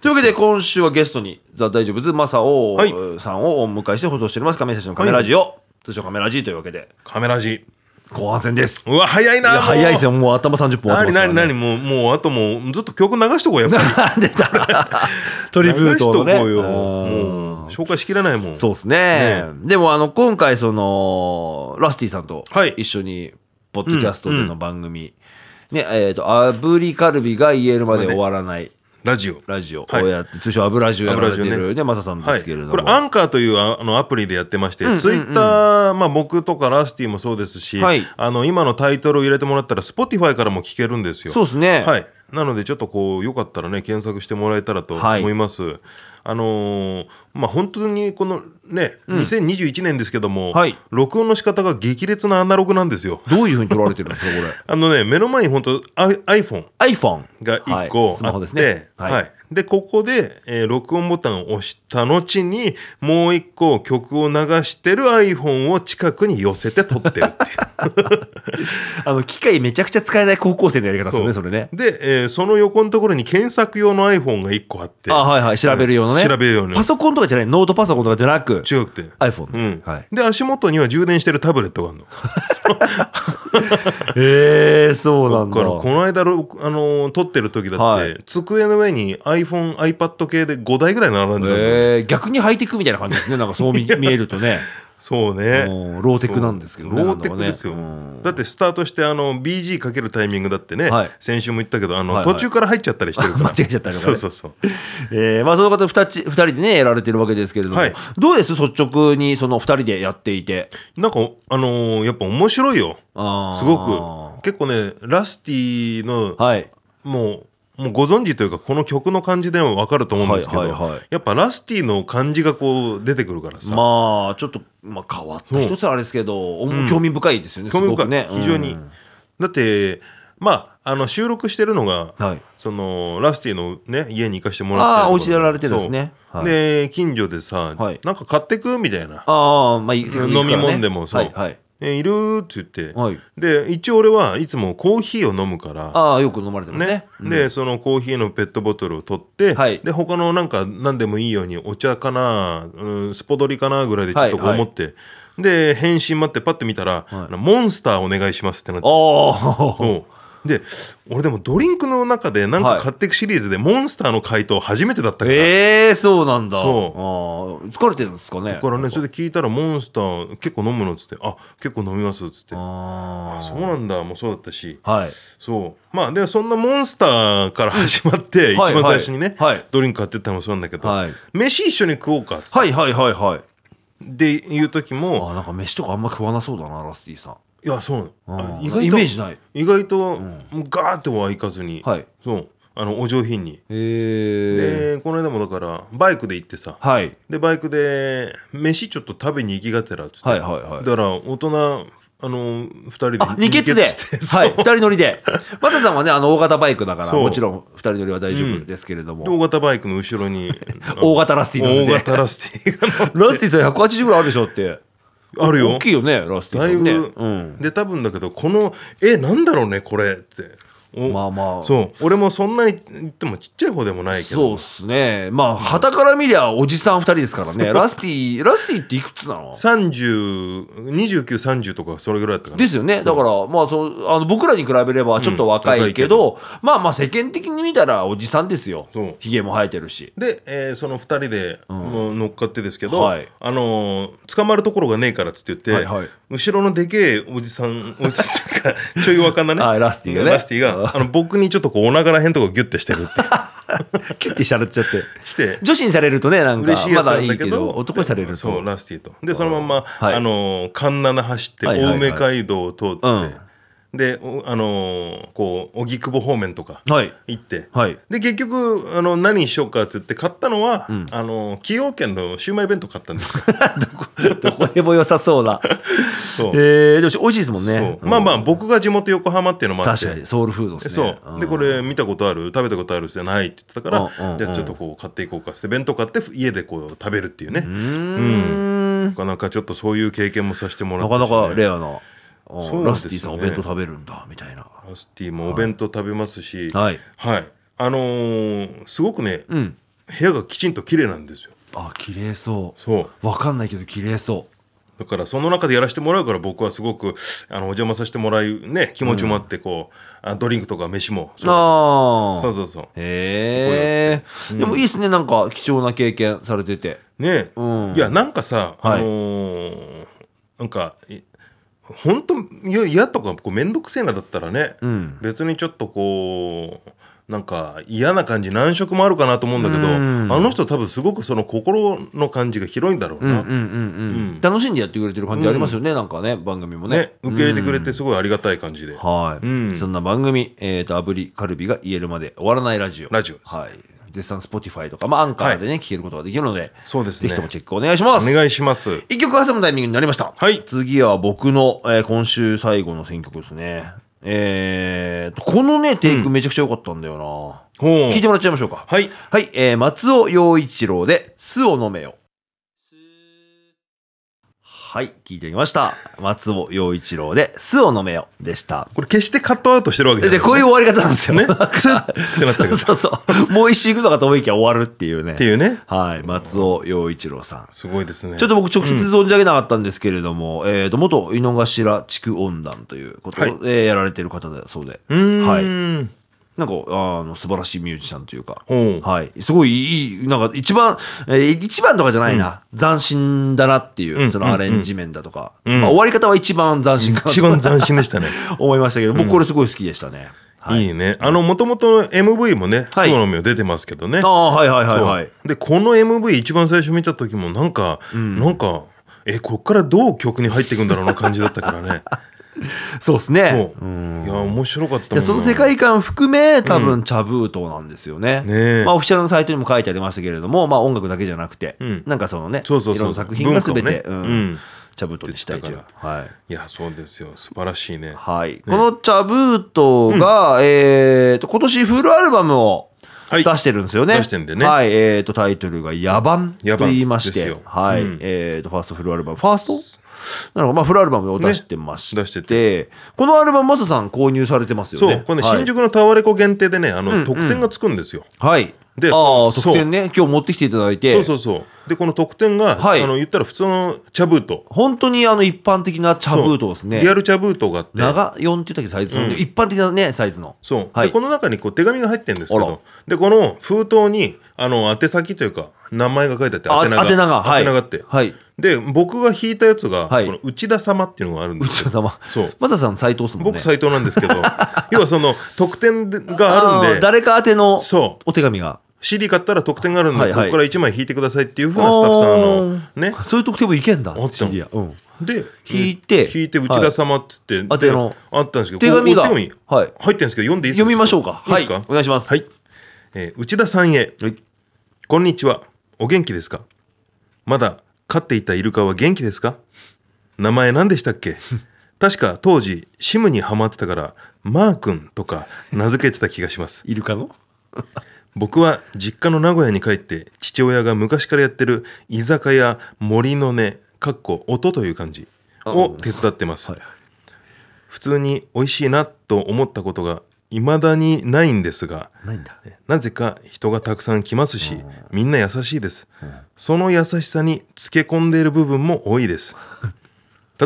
Speaker 1: というわけで、今週はゲストに、ザ・大丈夫ズ、マサオ
Speaker 2: はい
Speaker 1: さんをお迎えして放送しております。亀井社のカメラジオ、通称カメラジというわけで。
Speaker 2: カメラジ
Speaker 1: 後半戦です。
Speaker 2: うわ早い
Speaker 1: い
Speaker 2: な
Speaker 1: や
Speaker 2: もう
Speaker 1: 早いですよ。もう頭30分終わってま
Speaker 2: 何
Speaker 1: すから、ね。
Speaker 2: 何何もうもうあともうずっと曲流しとこうやっぱり
Speaker 1: なんでだ ト リブートのね。
Speaker 2: 流しとこう
Speaker 1: う
Speaker 2: よ
Speaker 1: ん
Speaker 2: もう紹介しきらないもん
Speaker 1: そうですねでもあの今回そのラスティさんと
Speaker 2: はい
Speaker 1: 一緒にポッドキャストでの番組、ねえー、と「炙りカルビが言えるまで終わらない
Speaker 2: ラジオ
Speaker 1: ラジオ」を
Speaker 2: はい
Speaker 1: やって、通称「ブラジオ」やられて
Speaker 2: アブラジ
Speaker 1: る
Speaker 2: オ
Speaker 1: ねマサさんで
Speaker 2: はい、
Speaker 1: すけれども、
Speaker 2: これアンカーというああのアプリでやってまして、ツイッター、まあ、僕とかラスティもそうですし、
Speaker 1: はい
Speaker 2: あの今のタイトルを入れてもらったら Spotify からも聞けるんですよ。
Speaker 1: そうですね、
Speaker 2: はい、なのでちょっとこうよかったらね検索してもらえたらと
Speaker 1: はい
Speaker 2: 思います。あのーまあ本当にこのね、2021年ですけども、
Speaker 1: はい
Speaker 2: 録音の仕方が激烈なアナログなんですよ。
Speaker 1: どういうふうに撮られてるんですかこれ
Speaker 2: あのね目の前に本当あ iPhone
Speaker 1: iPhone
Speaker 2: が1個
Speaker 1: はい、
Speaker 2: あって、
Speaker 1: スマホですね
Speaker 2: はい
Speaker 1: はい
Speaker 2: でここで、えー録音ボタンを押した後にもう1個曲を流してる iPhone を近くに寄せて撮ってるって いう。
Speaker 1: あの機械めちゃくちゃ使えない高校生のやり方ですよねそれね
Speaker 2: で、えーその横のところに検索用の iPhone が1個あって
Speaker 1: あはいはい調べる用のね、
Speaker 2: 調べる用の
Speaker 1: パソコンとかじゃないノートパソコンとかじゃなく
Speaker 2: 違くて。
Speaker 1: iPhone
Speaker 2: う
Speaker 1: ね、
Speaker 2: ん
Speaker 1: はい
Speaker 2: で足元には充電してるタブレットがあるの。
Speaker 1: ええそうなん
Speaker 2: だからこ
Speaker 1: だ。
Speaker 2: の間ろあのー撮ってる時だって、
Speaker 1: はい
Speaker 2: 机の上に iPhone、iPad 系で5台ぐらい並んでたの、
Speaker 1: ええ逆にハイテクみたいな感じですね。なんかそう 見見えるとね、
Speaker 2: そう
Speaker 1: う
Speaker 2: ね。
Speaker 1: んローテクなんですけどね。
Speaker 2: ローテクですよ、
Speaker 1: なんか
Speaker 2: だっ
Speaker 1: ね
Speaker 2: てスタートしてあの BG かけるタイミングだってね、
Speaker 1: はい
Speaker 2: 先週も言ったけどあの、
Speaker 1: はいはい
Speaker 2: 途中から入っちゃったりしてるから
Speaker 1: 間違えちゃったりとか
Speaker 2: そ
Speaker 1: ね
Speaker 2: うそうそう
Speaker 1: うんええまあその方二つ二人でねやられてるわけですけれども、
Speaker 2: はい
Speaker 1: どうです率直にその二人でやっていて。
Speaker 2: なんかあのーやっぱ面白いよ
Speaker 1: あー
Speaker 2: すごく結構ねラスティの、
Speaker 1: はい。
Speaker 2: もうもうご存知というかこの曲の感じでも分かると思うんですけど、
Speaker 1: はいはいはい
Speaker 2: やっぱラスティの感じがこう出てくるからさ、
Speaker 1: まあちょっとまあ変わった一つはあれですけど、お興味深いですよね。
Speaker 2: 興味深い
Speaker 1: すごくね。
Speaker 2: 非常に、
Speaker 1: うん
Speaker 2: だってまああの収録してるのが、
Speaker 1: はい。
Speaker 2: そのラスティの、ね、家に行かしてもらったりと
Speaker 1: あ
Speaker 2: か
Speaker 1: ーお家でやられてるんですね
Speaker 2: そう
Speaker 1: はい
Speaker 2: で近所でさ、
Speaker 1: はい
Speaker 2: なんか買ってくみたいな
Speaker 1: ああまあいい
Speaker 2: 飲み物でもそう
Speaker 1: はいはい。
Speaker 2: えいるって言って、
Speaker 1: はい
Speaker 2: で一応俺はいつもコーヒーを飲むから
Speaker 1: ああよく飲まれてます
Speaker 2: ね
Speaker 1: ね。うん
Speaker 2: でそのコーヒーのペットボトルを取って、
Speaker 1: はい
Speaker 2: で他のなんか何でもいいようにお茶かな、うん、スポドリかなぐらいでちょっとこう
Speaker 1: はいはい
Speaker 2: 思って、で返信待ってパッて見たら、
Speaker 1: はい
Speaker 2: モンスターお願いします」ってなっ
Speaker 1: あ
Speaker 2: て
Speaker 1: あ。
Speaker 2: そうで俺でもドリンクの中でなんか買っていくシリーズでモンスターの回答初めてだったから、
Speaker 1: ええそうなんだ。
Speaker 2: そ
Speaker 1: あー疲れてるんですかね。
Speaker 2: だからねそれで聞いたらモンスター結構飲むのっつってあ結構飲みますっつってあ
Speaker 1: ああ。
Speaker 2: そうなんだもうそうだったし
Speaker 1: はい。
Speaker 2: そうまあでそんなモンスターから始まって一
Speaker 1: はい
Speaker 2: 番最初にね、
Speaker 1: はいはい
Speaker 2: ドリンク買ってったのもそうなんだけど、
Speaker 1: はい
Speaker 2: 飯一緒に食おうかっつって、
Speaker 1: はいはいはいはい。
Speaker 2: で言う時
Speaker 1: あ
Speaker 2: も
Speaker 1: ーなんか飯とかあんま食わなそうだな、ラスティさん。
Speaker 2: いやそうなの
Speaker 1: あ
Speaker 2: あ
Speaker 1: ーイメージない
Speaker 2: 意外と、もうガーってはいかずに、
Speaker 1: はい
Speaker 2: そうあのお上品に。
Speaker 1: ええ
Speaker 2: でこの間もだからバイクで行ってさ、
Speaker 1: はい。
Speaker 2: でバイクで飯ちょっと食べに行きがてらっつって、
Speaker 1: はいはいはい
Speaker 2: だから大人あの2人で
Speaker 1: あ、二ケツで。
Speaker 2: して
Speaker 1: は
Speaker 2: そ
Speaker 1: い。
Speaker 2: う
Speaker 1: 二人乗りで。マサさんはね、あの、大型バイクだから、
Speaker 2: そう
Speaker 1: もちろん二人乗りは大丈夫ですけれども。
Speaker 2: で大型バイクの後ろに
Speaker 1: 大型ラスティ乗せ
Speaker 2: 大
Speaker 1: て
Speaker 2: 型ラスティが乗っ
Speaker 1: ラ
Speaker 2: て
Speaker 1: スティさん180ぐらいあるでしょって。
Speaker 2: あるよ
Speaker 1: 大きいよね、ラスティ
Speaker 2: だ
Speaker 1: さ
Speaker 2: い
Speaker 1: ん
Speaker 2: ぶ、
Speaker 1: ね。うん。
Speaker 2: で多分だけどこのえなんだろうねこれってお
Speaker 1: まあまあ
Speaker 2: そう俺もそんなに言ってもちっちゃい方でもないけ
Speaker 1: そう
Speaker 2: ど
Speaker 1: っすね。まあ、旗から見りゃおじさん二人ですからね。ラスティ、ラスティっていくつなの
Speaker 2: 302930とかそれぐらいだったかな
Speaker 1: ですよね。だから、まあ、その、あの、僕らに比べればちょっと若
Speaker 2: うん
Speaker 1: い
Speaker 2: 若い
Speaker 1: け
Speaker 2: け
Speaker 1: ど、
Speaker 2: ど
Speaker 1: まあまあ、世間的に見たらおじさんですよ
Speaker 2: そう。
Speaker 1: ひげも生えてる し。
Speaker 2: で、えーその2人で、もう乗っかってですけど、
Speaker 1: はい
Speaker 2: あのー捕まるところがねえからっつって言って、
Speaker 1: はいはい
Speaker 2: 後ろのでけえおじさんおじさんっていうか ちょい若なね
Speaker 1: はいラスティがね
Speaker 2: ラスティがあの僕にちょっとこうお腹らへんとこギュッてしてる って
Speaker 1: キュッてしゃらっちゃって。
Speaker 2: して
Speaker 1: 女子にされるとね、なんか
Speaker 2: 嬉しい、や
Speaker 1: ま
Speaker 2: つな
Speaker 1: だい
Speaker 2: ん
Speaker 1: い
Speaker 2: だ
Speaker 1: け
Speaker 2: けど
Speaker 1: ど、男にされる
Speaker 2: そう
Speaker 1: と。
Speaker 2: ラスティとでそのまんま、
Speaker 1: はい
Speaker 2: あのー環七走って
Speaker 1: はいはいはい
Speaker 2: 青梅街道を通って、
Speaker 1: うん
Speaker 2: でおあのーこう荻窪方面とか
Speaker 1: はい。
Speaker 2: 行って、
Speaker 1: はい。
Speaker 2: で結局あの何にしようかって言って買ったのは、
Speaker 1: ん
Speaker 2: あの崎陽軒のシウマイ弁当買ったんで すよ
Speaker 1: どこでも良さそうな。
Speaker 2: そう
Speaker 1: えー、でも美味しいですもんね
Speaker 2: そ。うまあま
Speaker 1: あ。
Speaker 2: あ僕が地元横浜っていうのもあって
Speaker 1: 確かに、ソウルフードです
Speaker 2: そ
Speaker 1: ね。
Speaker 2: うでこれ見たことある食べたことあるじゃないって言ってたか
Speaker 1: うんうんう
Speaker 2: ら
Speaker 1: ん
Speaker 2: じゃあちょっとこう買っていこうかっつって弁当買って家でこう食べるっていうね
Speaker 1: うん。うーん
Speaker 2: な。かなかちょっとそういう経験もさせても
Speaker 1: な
Speaker 2: らった
Speaker 1: か
Speaker 2: し
Speaker 1: な
Speaker 2: ね
Speaker 1: かレアな。う
Speaker 2: そ
Speaker 1: ん
Speaker 2: う
Speaker 1: ラ
Speaker 2: なんです
Speaker 1: ス
Speaker 2: よね
Speaker 1: ティさんお弁当食べるんだ、みたいな。
Speaker 2: ラスティもお弁当食べますし
Speaker 1: はい。
Speaker 2: はいあのーすごくね部
Speaker 1: うん。
Speaker 2: 屋がきちんと綺麗なんですよ
Speaker 1: あ、綺麗そう。
Speaker 2: そう
Speaker 1: わかんないけど綺麗そ
Speaker 2: だからその中でやらせてもらうから僕はすごくあのお邪魔させてもらうね気持ちもあってこう、あドリンクとか飯もそう
Speaker 1: ああ
Speaker 2: そうそうそう
Speaker 1: へえ、でもいいですねなんか貴重な経験されてて
Speaker 2: ね、
Speaker 1: うん
Speaker 2: いやなんかさ、
Speaker 1: はい
Speaker 2: あのーなんか本当嫌とかこう面倒くせえなだったらね、
Speaker 1: うん
Speaker 2: 別にちょっとこうなんか嫌な感じ難色もあるかなと思うんだけど、
Speaker 1: うん
Speaker 2: あの人多分すごくその心の感じが広いんだろう
Speaker 1: うんうん
Speaker 2: な、
Speaker 1: うんうん、
Speaker 2: うん
Speaker 1: 楽しんでやってくれてる感じありますよね、なんかね番組もね
Speaker 2: ね受け入れてくれて
Speaker 1: うん
Speaker 2: すごいありがたい感じで、
Speaker 1: はい、
Speaker 2: うん
Speaker 1: そんな番組「えー、と炙りカルビが言えるまで終わらないラジオ」
Speaker 2: ラジオです
Speaker 1: はい絶賛 Spotify とか、まあ、アンカーでね、聞けることができるので
Speaker 2: そうです
Speaker 1: ぜ
Speaker 2: ね
Speaker 1: ひともチェックお願いしま
Speaker 2: お
Speaker 1: す
Speaker 2: 願いします
Speaker 1: 一曲挟むタイミングになりました。
Speaker 2: はい
Speaker 1: 次は僕の、えー今週最後の選曲ですね。えーと、このね、テイクめちゃくちゃ良かったんだよ
Speaker 2: ほう
Speaker 1: な。聞いてもらっちゃいましょうか。
Speaker 2: はい
Speaker 1: はい、えー松尾陽一郎で、酢を飲めよ。はい、聞いてみました。松尾陽一郎で、酢を飲めよでした。
Speaker 2: これ決してカットアウトしてるわけじゃな
Speaker 1: で、
Speaker 2: い
Speaker 1: こういう 終わり方なんですよ
Speaker 2: ね
Speaker 1: ね。
Speaker 2: クスッってなったけど っ
Speaker 1: そうそう。もう一周行くのかと思いきや終わるっていうね。
Speaker 2: ていうね
Speaker 1: はい、松尾陽一郎さん。
Speaker 2: すごいですね
Speaker 1: ちょっと僕直接存じ上げなかったんですけれども、えーと、元井の頭地区温暖ということを、
Speaker 2: はい
Speaker 1: えーやられてる方だそうで、
Speaker 2: うーん
Speaker 1: はい。なんか、あの、素晴らしいミュージシャンというか、
Speaker 2: ほう
Speaker 1: はい。すごいいい、なんか一番、えー一番とかじゃないな、斬新だなっていう、
Speaker 2: ん
Speaker 1: そのアレンジ面だとか、
Speaker 2: うん
Speaker 1: まあ、終わり方は一番斬新かな
Speaker 2: 一番斬新でしたね
Speaker 1: と 思いましたけど、僕これすごい好きでしたね。はい。
Speaker 2: いいね。あの、もともと MV もね、
Speaker 1: はい
Speaker 2: スノミオ出てますけどね。
Speaker 1: ああ、はいはいはい
Speaker 2: そう
Speaker 1: はい。
Speaker 2: で、この MV 一番最初見た時も、なんか、なんか、え、こっからどう曲に入っていくんだろうな感じだったか らね。
Speaker 1: そうですね
Speaker 2: そ。
Speaker 1: う
Speaker 2: う。
Speaker 1: ん
Speaker 2: いや、面白かった
Speaker 1: いや
Speaker 2: もんな
Speaker 1: その世界観含め多分チャブートなんですよね。
Speaker 2: ねえ
Speaker 1: まあ、オフィシャルのサイトにも書いてありましたけれども、まあ、音楽だけじゃなくて、
Speaker 2: うん
Speaker 1: なんかそのね
Speaker 2: そうそうそう
Speaker 1: ろんな作品が全て、
Speaker 2: 文化
Speaker 1: う
Speaker 2: を
Speaker 1: ん
Speaker 2: ねうん
Speaker 1: チャブートにしたいという
Speaker 2: だ。か
Speaker 1: はい
Speaker 2: いや、そうですよ。素晴らしいね。
Speaker 1: はいこのチャブートが、えー、と今年フルアルバムを
Speaker 2: はい
Speaker 1: 出してるんですよね。
Speaker 2: 出してんでね
Speaker 1: はいえー、とタイトルが「野蛮」
Speaker 2: 野蛮
Speaker 1: と言いまし
Speaker 2: です
Speaker 1: て
Speaker 2: よ、
Speaker 1: はい
Speaker 2: うん
Speaker 1: えー、とファーストフルアルバムファーストなのか、まあ、フルアルバムを出してまして,、
Speaker 2: ね出してて
Speaker 1: このアルバムマサさん購入されてますよ
Speaker 2: そ
Speaker 1: ね。
Speaker 2: う、これね、
Speaker 1: はい
Speaker 2: 新宿のタワレコ限定でね、あ
Speaker 1: うん
Speaker 2: の、特典がつくんですよ。
Speaker 1: はい。
Speaker 2: で
Speaker 1: ああ、
Speaker 2: そう
Speaker 1: 特典ね、今日持ってきていただいて、
Speaker 2: そうそうそう。で、この特典が、
Speaker 1: はい
Speaker 2: あの、言ったら普通の茶封筒。
Speaker 1: 本当にあの一般的な茶ブートですね
Speaker 2: リ。アル茶封筒があって。
Speaker 1: 長4って言ったっけサイズの、
Speaker 2: うん
Speaker 1: 一般的なね、サイズの。
Speaker 2: そう、
Speaker 1: はい
Speaker 2: でこの中にこう手紙が入ってるんですけ
Speaker 1: あら
Speaker 2: どでこの封筒にあの宛先というか名前が書いてあって
Speaker 1: あ
Speaker 2: 宛名が
Speaker 1: 宛名が、はい。
Speaker 2: 宛名があって、
Speaker 1: はい。
Speaker 2: で僕が引いたやつが、
Speaker 1: はい
Speaker 2: この内田様っていうのがあるんで
Speaker 1: 内
Speaker 2: す
Speaker 1: 田
Speaker 2: よ
Speaker 1: 様。
Speaker 2: そう
Speaker 1: マサさん、斎藤っすもんね。
Speaker 2: 僕斎藤なんで すけど要はその特典があ
Speaker 1: あ
Speaker 2: るん
Speaker 1: ー
Speaker 2: で
Speaker 1: 誰か宛ての
Speaker 2: そ
Speaker 1: お手紙が。
Speaker 2: う CD 買ったら特典があるんで、
Speaker 1: はいはい
Speaker 2: ここから1枚引いてくださいっていうふうなスタッフさんあのね
Speaker 1: そういう特典もいけんだ。
Speaker 2: あったの
Speaker 1: シリアうん。
Speaker 2: で
Speaker 1: 引いて
Speaker 2: 引いて内田様って言って、
Speaker 1: はい
Speaker 2: で
Speaker 1: 宛名
Speaker 2: あったんですけど
Speaker 1: 手紙が
Speaker 2: こうお手紙
Speaker 1: はい
Speaker 2: 入ってるんですけど読んでいいですか
Speaker 1: 読みましょうか。
Speaker 2: いい
Speaker 1: は
Speaker 2: で
Speaker 1: い
Speaker 2: すか。
Speaker 1: お願いします。
Speaker 2: はい。、えー内田さんへ
Speaker 1: はい。
Speaker 2: こんにちは。お元気ですかまだ飼っていたイルカは元気ですか名前何でしたっ け確か当時シムにハマってたからマー君とか名付けてた気がします。
Speaker 1: イルカの
Speaker 2: 僕は実家の名古屋に帰って父親が昔からやってる居酒屋森の音かっこ音という感じを手伝ってます。
Speaker 1: はい。
Speaker 2: 普通に美味しいなと思ったことが未だにないんですが、
Speaker 1: ないんだ。
Speaker 2: なぜか人がたくさん来ますし、みんな優しいです。その優しさにつけ込んでいる部分も多い です。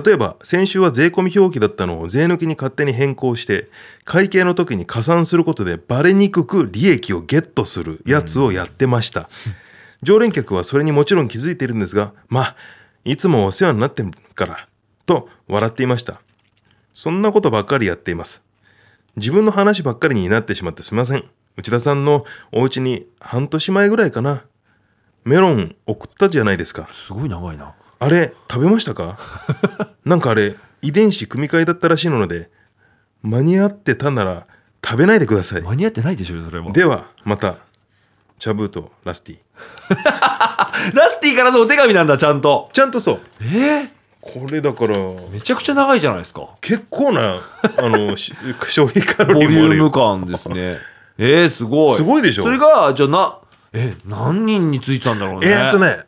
Speaker 2: 例えば、先週は税込み表記だったのを税抜きに勝手に変更して、会計の時に加算することでバレにくく利益をゲットするやつをやってました。常連客はそれにもちろん気づいているんですが、まあ、いつもお世話になってるから、と笑っていました。そんなことばっかりやっています。自分の話ばっかりになってしまってすみません。内田さんのお家に半年前ぐらいかな。メロン送ったじゃないですか。
Speaker 1: すごい長いな。
Speaker 2: あれ、食べまし たかなんかあれ、遺伝子組み換えだったらしいので、間に合ってたなら食べないでください。
Speaker 1: 間に合ってないでしょ、それは。
Speaker 2: では、また。チャブーとラスティ。
Speaker 1: ラスティからのお手紙なんだ、ちゃんと。
Speaker 2: ちゃんとそう。
Speaker 1: えー、
Speaker 2: これだから、
Speaker 1: めちゃくちゃ長いじゃないですか。
Speaker 2: 結構な、あの、し 消費カロ
Speaker 1: ボ
Speaker 2: リ
Speaker 1: リ
Speaker 2: ーも
Speaker 1: ュ
Speaker 2: あ
Speaker 1: ー
Speaker 2: る
Speaker 1: ム
Speaker 2: よ。
Speaker 1: 感ですね。えー、すごい。
Speaker 2: すごいでしょ
Speaker 1: それが、じゃあな、え、何人についてたんだろうね。
Speaker 2: えーっと。ね、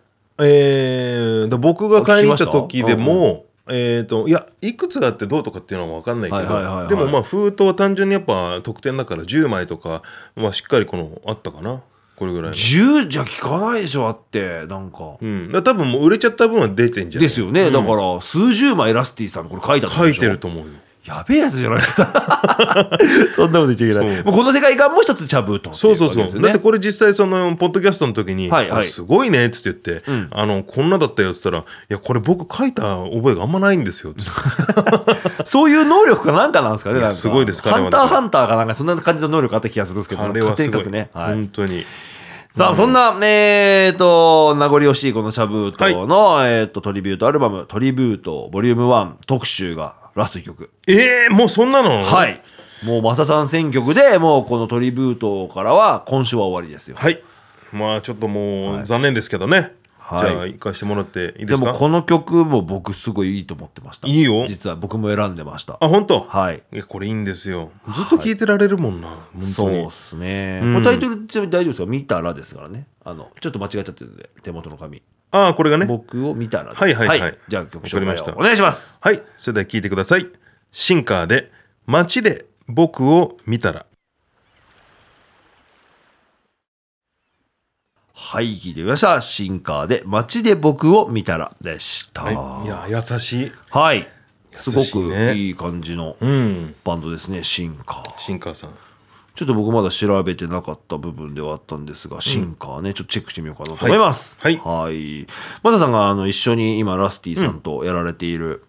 Speaker 2: えー、だ僕が帰りに行った時でも、えーっといやいくつがあってどうとかっていうのは分かんないけど、
Speaker 1: はいはいはいはい
Speaker 2: でもまあ封筒は単純にやっぱ特典だから10枚とかはしっかりこのあったかなこれぐらいの
Speaker 1: 10じゃ効かないでしょあってなんか、
Speaker 2: うん、だから多分もう売れちゃった分は出てんじゃな
Speaker 1: で
Speaker 2: い
Speaker 1: すよね、だから数十枚ラスティさんこれ書いてあった
Speaker 2: 書
Speaker 1: で
Speaker 2: い
Speaker 1: しょ
Speaker 2: てると思うよ
Speaker 1: やべえやつじゃないです かそんなこと言っちゃいけない、
Speaker 2: うん
Speaker 1: もうこの世界観も一つチャブートンって
Speaker 2: そう
Speaker 1: い
Speaker 2: そう
Speaker 1: わけ
Speaker 2: そう、
Speaker 1: ですね
Speaker 2: だってこれ実際そのポッドキャストの時に「
Speaker 1: はいはい
Speaker 2: あすごいね」っつって言って、
Speaker 1: うん
Speaker 2: あの「こんなだったよ」っつったら「いやこれ僕書いた覚えがあんまないんですよ」って
Speaker 1: そういう能力かなんかなんですかね
Speaker 2: いや
Speaker 1: なんか
Speaker 2: すごいです彼
Speaker 1: ハ
Speaker 2: は
Speaker 1: ンターハンターかなんかそんな感じの能力 あった気がするんですけど
Speaker 2: あれはす
Speaker 1: 勝
Speaker 2: ごい、
Speaker 1: 手に書くね、はい
Speaker 2: 本当に
Speaker 1: さあ、そんな、えー、と、名残惜しいこのチャブートの、えー、と、トリビュートアルバム、トリビュートボリューム1特集がラスト1曲。
Speaker 2: えー、もうそんなの、
Speaker 1: はいい。もう、マサさん選曲で、もうこのトリビュートからは今週は終わりですよ。
Speaker 2: はい、まあちょっともう残念ですけどね、
Speaker 1: はい
Speaker 2: じゃあ行かしてもらっていいで
Speaker 1: です
Speaker 2: か
Speaker 1: も、この曲も僕すごいいいと思ってました。
Speaker 2: いいよ
Speaker 1: 実は僕も選んでました。
Speaker 2: あ本当
Speaker 1: はい。
Speaker 2: いやこれいいんですよずっと聞いてられるもんな、本
Speaker 1: そ
Speaker 2: 当
Speaker 1: う
Speaker 2: に
Speaker 1: っすね。
Speaker 2: うん
Speaker 1: これタイトルちなみに大丈夫ですか見たらですからね。あの、ちょっと間違っちゃってるんで、手元の紙。
Speaker 2: ああこれがね
Speaker 1: 僕を見たらです
Speaker 2: はいはいはい
Speaker 1: じゃあ曲紹
Speaker 2: わか
Speaker 1: 介
Speaker 2: りまし
Speaker 1: を
Speaker 2: た
Speaker 1: お願いします。
Speaker 2: はい、それでは聞いてください。シンカーで街で僕を見たら。
Speaker 1: はい、聞いてみました。シンカーで街で僕を見たらでした。
Speaker 2: は、
Speaker 1: はいい。
Speaker 2: いや優しい。
Speaker 1: すご
Speaker 2: 優しいね
Speaker 1: くいい感じの
Speaker 2: うん、
Speaker 1: バンドですね、シンカー。
Speaker 2: シンカーさん。
Speaker 1: ちょっと僕まだ調べてなかった部分ではあったんですが、シンカーね、ちょっとチェックしてみようかなと思います。
Speaker 2: はい
Speaker 1: はい。マサさんがあの一緒に今、ラスティさんとやられている、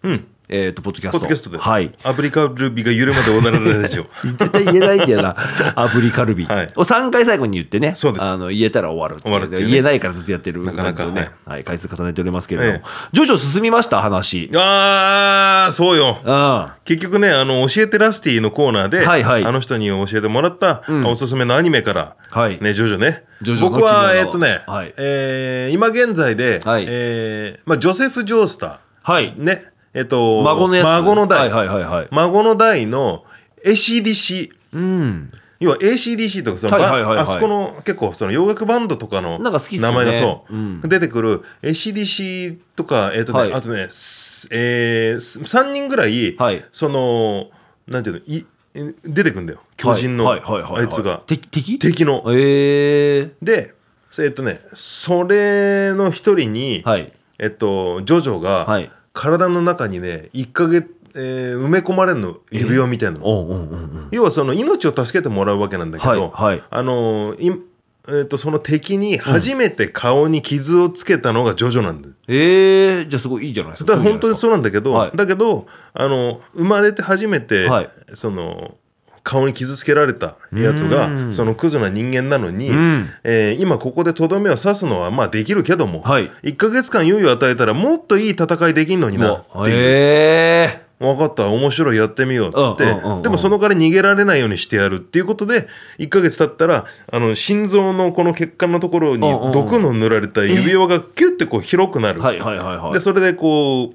Speaker 1: えっ、と、ポッドキャスト。
Speaker 2: ポッドキャストで。
Speaker 1: はい。
Speaker 2: アプリカルビが揺れまでおなられるで しょう。
Speaker 1: 絶対言えないんだ よな。アプリカルビ。
Speaker 2: はい
Speaker 1: を3回最後に言ってね。
Speaker 2: そうです
Speaker 1: あの、言えたら終わるっていう。
Speaker 2: 終わるっていうね
Speaker 1: 言えないからずっとやってる
Speaker 2: なかなか
Speaker 1: 感じをね。
Speaker 2: は
Speaker 1: はい。回数重ねておりますけれども。
Speaker 2: ええ
Speaker 1: 徐々進みました、話。
Speaker 2: ああ、そうよ。
Speaker 1: うん。は
Speaker 2: 結局ね、あの教えてラスティのコーナーで、
Speaker 1: はいはい
Speaker 2: あの人に教えてもらった、おすすめのアニメから、
Speaker 1: はい
Speaker 2: ね、ジョジョね。
Speaker 1: ジョジョの
Speaker 2: 僕
Speaker 1: 奇妙な
Speaker 2: は、えっ、とね、
Speaker 1: はい
Speaker 2: えー今現在で、
Speaker 1: はい
Speaker 2: えーまあ、ジョセフ・ジョースタ
Speaker 1: い
Speaker 2: ー、。ね、えっ、と、
Speaker 1: 孫のやつ。
Speaker 2: 孫の代、
Speaker 1: はいはいはいはい。
Speaker 2: 孫の代の ACDC
Speaker 1: うん。
Speaker 2: 要は ACDC とかその、
Speaker 1: はいはいはいはい
Speaker 2: あそこの結構その洋楽バンドとかの
Speaker 1: なんか好きっすよ
Speaker 2: 名
Speaker 1: ね
Speaker 2: 前がそう、
Speaker 1: うん
Speaker 2: 出てくる ACDC とか、えーとね
Speaker 1: はい
Speaker 2: あとね、すえ3人ぐらい、
Speaker 1: はい
Speaker 2: そのなんていうのいえ出てくんだよ巨人の、
Speaker 1: はいはいはいはいはい
Speaker 2: あいつが
Speaker 1: 敵敵
Speaker 2: 敵の。
Speaker 1: ええ
Speaker 2: でえっとねそれの一人に、
Speaker 1: はい。
Speaker 2: えっと、ジョジョが、
Speaker 1: はい
Speaker 2: 体の中にね1か月、えー埋め込まれるの指輪みたいなの。
Speaker 1: おうんうんうんうん。
Speaker 2: 要はその命を助けてもらうわけなんだけど、
Speaker 1: はいはい
Speaker 2: あのーいえー、とその敵に初めて顔に傷をつけたのがジョジョなんだよ
Speaker 1: ええじゃあすごいいいじゃないですか。
Speaker 2: だから本当にそうなんだけど、
Speaker 1: はい
Speaker 2: だけどあの生まれて初めて、
Speaker 1: はい
Speaker 2: その顔に傷つけられたやつ
Speaker 1: う
Speaker 2: が
Speaker 1: ん
Speaker 2: そのクズな人間なのに、
Speaker 1: うん
Speaker 2: えー今ここでとどめを刺すのはまあできるけども、
Speaker 1: はい
Speaker 2: 1か月間猶予を与えたらもっといい戦いできんのに
Speaker 1: う
Speaker 2: な
Speaker 1: わ
Speaker 2: っていう。
Speaker 1: え
Speaker 2: 分かった面白いやってみようっつって、
Speaker 1: うんうんうんうん
Speaker 2: でもその代わり逃げられないようにしてやるっていうことで1ヶ月経ったらあの心臓のこの血管のところ
Speaker 1: う
Speaker 2: に
Speaker 1: んうんうん
Speaker 2: 毒の塗られた指輪がキュッてこう広くな
Speaker 1: え
Speaker 2: る、
Speaker 1: はいはいはいはい。
Speaker 2: でそれでこう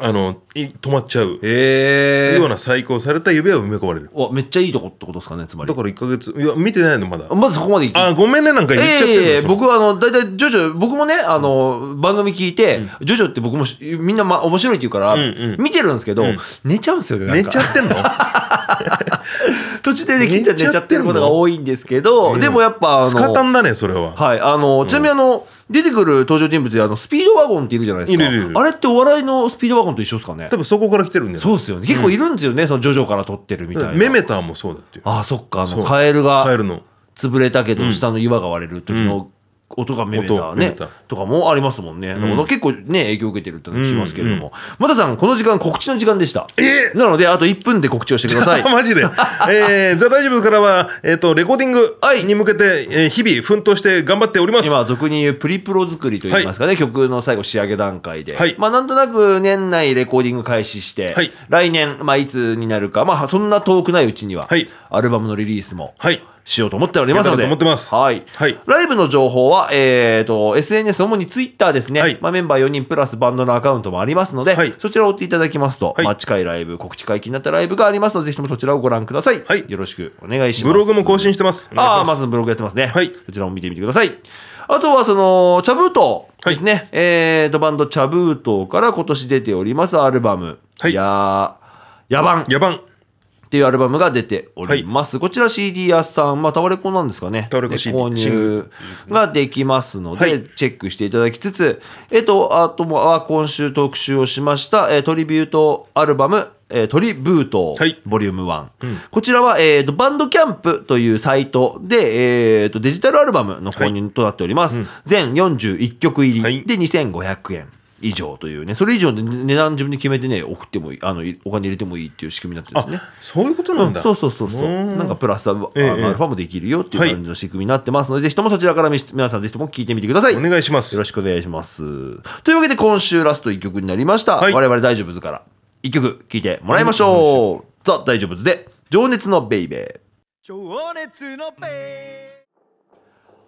Speaker 2: あのい止まっちゃう
Speaker 1: ええ
Speaker 2: ような再興された指輪を埋め込まれる
Speaker 1: うわめっちゃいいとこってことですかねつまり
Speaker 2: だから1ヶ月いや見てないのまだ
Speaker 1: まずそこまで行き
Speaker 2: あごめんねなんか言っちゃってるん
Speaker 1: ええ
Speaker 2: ですよ
Speaker 1: 僕はあの、大体、ジョジョ、僕もね、あの、番組聞いて、ジョジョって僕もしみんな、ま、面白いって言うから
Speaker 2: んう、ん
Speaker 1: 見てるんですけど、寝ちゃうんですよね、なん
Speaker 2: 寝
Speaker 1: か
Speaker 2: ちゃってんの
Speaker 1: 途中でね聞いたら寝ちゃってることが多いんですけど、
Speaker 2: うん
Speaker 1: でもやっぱ、あ
Speaker 2: スカタ
Speaker 1: の、
Speaker 2: ンだねそれは
Speaker 1: はい、あの、ちなみにあの、出てくる登場人物で、あの、スピードワゴンっているじゃないですか。
Speaker 2: いるいるいる
Speaker 1: あれってお笑いのスピードワゴンと一緒ですかね
Speaker 2: 多。分そこから来てるんだよ
Speaker 1: そうですよね。結構いるんですよね、そのジョジョから撮ってるみたいな。
Speaker 2: メメターもそうだっていう
Speaker 1: ああ、そっか、あ
Speaker 2: そ
Speaker 1: の、
Speaker 2: う
Speaker 1: カエルが
Speaker 2: カエルの
Speaker 1: 潰れたけど下の岩が割れる時の音がめめ
Speaker 2: 音
Speaker 1: た
Speaker 2: をめめ
Speaker 1: ね
Speaker 2: た
Speaker 1: とかもありますもんね、だから結構ね影響を受けてるってのは聞きますけれども、またさんこの時間告知の時間でした
Speaker 2: え
Speaker 1: なのであと1分で告知をしてくだ さい
Speaker 2: マジで。えー、ザ・大丈夫からは、えっ、と、レコーディング
Speaker 1: はい
Speaker 2: に向けて、えー日々奮闘して頑張っております。
Speaker 1: 今俗に言うプリプロ作りといいますかね、曲の最後仕上げ段階で、
Speaker 2: はい
Speaker 1: まあなんとなく年内レコーディング開始して、
Speaker 2: はい
Speaker 1: 来年、まあ、いつになるか、まあ、そんな遠くないうちには、
Speaker 2: はい
Speaker 1: アルバムのリリースも
Speaker 2: はい。
Speaker 1: しようと思っておりますので。
Speaker 2: やろうと思ってます
Speaker 1: はい。
Speaker 2: はい
Speaker 1: ライブの情報は、えっ、と、SNS、主にツイッターですね。
Speaker 2: はい
Speaker 1: まあ、メンバー4人プラスバンドのアカウントもありますので、
Speaker 2: はい
Speaker 1: そちらを追っていただきますと、
Speaker 2: はい
Speaker 1: まあ、近いライブ、告知解禁になったライブがありますので、ぜひともそちらをご覧ください。
Speaker 2: はい
Speaker 1: よろしくお願いします。
Speaker 2: ブログも更新してます。お願いし
Speaker 1: ああ、ま
Speaker 2: ます
Speaker 1: ずブログやってますね。
Speaker 2: はい
Speaker 1: そちらも見てみてください。あとは、その、チャブートですね。えーと、バンドチャブートから今年出ておりますアルバム。
Speaker 2: はい
Speaker 1: やー、野蛮
Speaker 2: 野蛮。
Speaker 1: っていうアルバムが出ております。こちら CD 屋さん、まあ、タワレコなんですかね。
Speaker 2: タワレコ
Speaker 1: で
Speaker 2: CD
Speaker 1: 購
Speaker 2: シング
Speaker 1: 入ができますので、
Speaker 2: はい
Speaker 1: チェックしていただきつつ、えっと、あとも、あ今週特集をしました、えートリビュートアルバム、えートリブート、
Speaker 2: はい
Speaker 1: ボリューム1。こちらは、えーと、バンドキャンプというサイトで、えーと、デジタルアルバムの購入となっております。全41曲入り、
Speaker 2: はい
Speaker 1: で2500円。以上というね、それ以上で値段自分で決めてね、送ってもいい、あの、いお金入れてもいいっていう仕組みになってるんですね。
Speaker 2: そういうことなんだ、
Speaker 1: そうそうそうそうう。
Speaker 2: ん
Speaker 1: なんかプラスアル,、
Speaker 2: ええ
Speaker 1: アルファもできるよっていう感じの仕組みになってますので、ぜひともそちらからみし皆さんぜひとも聞いてみてください。
Speaker 2: お願いします
Speaker 1: よろしくお願いします。というわけで今週ラスト1曲になりました。
Speaker 2: はい
Speaker 1: 我々大丈夫ズから1曲聴いてもらいましょう。ザ・大丈夫ズで、情熱のベイベー。
Speaker 4: 情熱のペ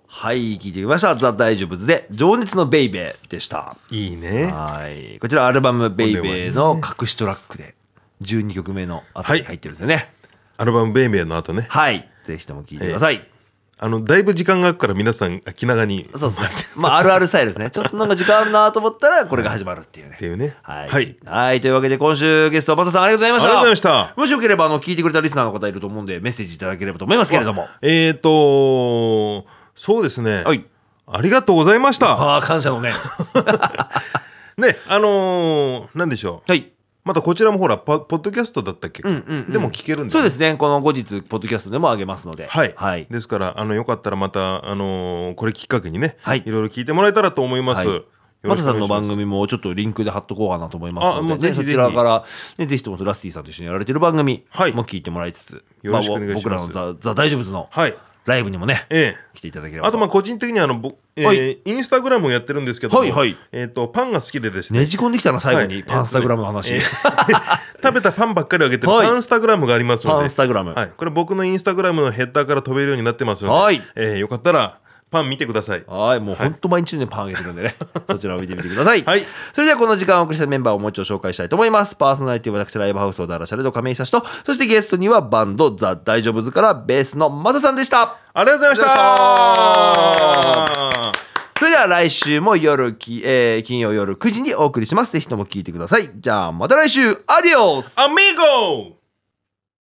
Speaker 1: はい、聴いてきました。ザ・大丈夫ズで、情熱のベイベーでした。
Speaker 2: いいね
Speaker 1: はい。こちらアルバム、ベイベーの
Speaker 2: これは
Speaker 1: 隠しトラックで、12曲目の後に入ってるんですよね。
Speaker 2: アルバム「ベイベー」の後ね
Speaker 1: はい。ぜひとも聴いてください。
Speaker 2: あのだいぶ時間が空くから皆さん気長に
Speaker 1: そうですね。まあ、あるあるスタイルですね。ちょっとなんか時間あるなと思ったら、これが始まるっていうね
Speaker 2: っ。ていうね
Speaker 1: はい。
Speaker 2: はい、
Speaker 1: はいというわけで、今週ゲスト、バサさんありがとうございました。
Speaker 2: ありがとうございました
Speaker 1: もしよければ、あの、聞いてくれたリスナーの方いると思うんで、メッセージいただければと思いますけれども。
Speaker 2: えー、とそうですね、
Speaker 1: はい
Speaker 2: ありがとうございました
Speaker 1: ああ、感謝のね。
Speaker 2: ねあのー、なんでしょう
Speaker 1: はい。
Speaker 2: またこちらもほらパポッドキャストだったっけ、
Speaker 1: うんうんうん
Speaker 2: でも聞けるんで、
Speaker 1: そうですね。この後日、ポッドキャストでもあげますので。
Speaker 2: はい、
Speaker 1: はい。
Speaker 2: ですからあのよかったらまた、あのーこれきっかけにね、
Speaker 1: はい
Speaker 2: いろいろ聞いてもらえたらと思います、
Speaker 1: はい
Speaker 2: よろ
Speaker 1: マ
Speaker 2: し
Speaker 1: サ
Speaker 2: く
Speaker 1: さ
Speaker 2: お願
Speaker 1: ん
Speaker 2: いします
Speaker 1: の番組もちょっとリンクで貼っとこうかなと思います
Speaker 2: あ
Speaker 1: の
Speaker 2: も
Speaker 1: で、ね
Speaker 2: うぜひぜひ
Speaker 1: そちらから、ね、ぜひともラスティさんと一緒にやられてる番組
Speaker 2: はい
Speaker 1: も聞いてもらいつつ、
Speaker 2: よろしくお願いしま
Speaker 1: あ、
Speaker 2: す
Speaker 1: 僕らのザ・ザ大丈夫ズの
Speaker 2: はい
Speaker 1: ライブにもね、
Speaker 2: ええ
Speaker 1: 来ていただければ
Speaker 2: あとまあ個人的にあの、ぼえー
Speaker 1: はい
Speaker 2: インスタグラムをやってるんですけども、
Speaker 1: はいはい
Speaker 2: えー、とパンが好きでですね
Speaker 1: ねじ込んできたな最後
Speaker 2: は
Speaker 1: に
Speaker 2: い
Speaker 1: パンスタグラムの話、
Speaker 2: え ー食べたパンばっかりあげてる
Speaker 1: はい
Speaker 2: パンスタグラムがありますので、
Speaker 1: パンスタグラム
Speaker 2: はい、これ僕のインスタグラムのヘッダーから飛べるようになってますので、
Speaker 1: はい
Speaker 2: えーよかったらパン見てください。
Speaker 1: はいもうほんと毎日ねパンあげてるんで ねそちらを見てみてください、
Speaker 2: はい
Speaker 1: それではこの時間をお送りしたメンバーをもう一度紹介したいと思いますパーソナリティは私ライブハウスをダラシャレド亀井久志とそしてゲストにはバンドザ・大丈夫ズからベースのマサさんでした
Speaker 2: ありがとうございま
Speaker 1: あ
Speaker 2: した
Speaker 1: それでは来週も夜き、えー金曜夜9時にお送りしますぜひとも聞いてくださいじゃあまた来週アディオス
Speaker 2: アミーゴ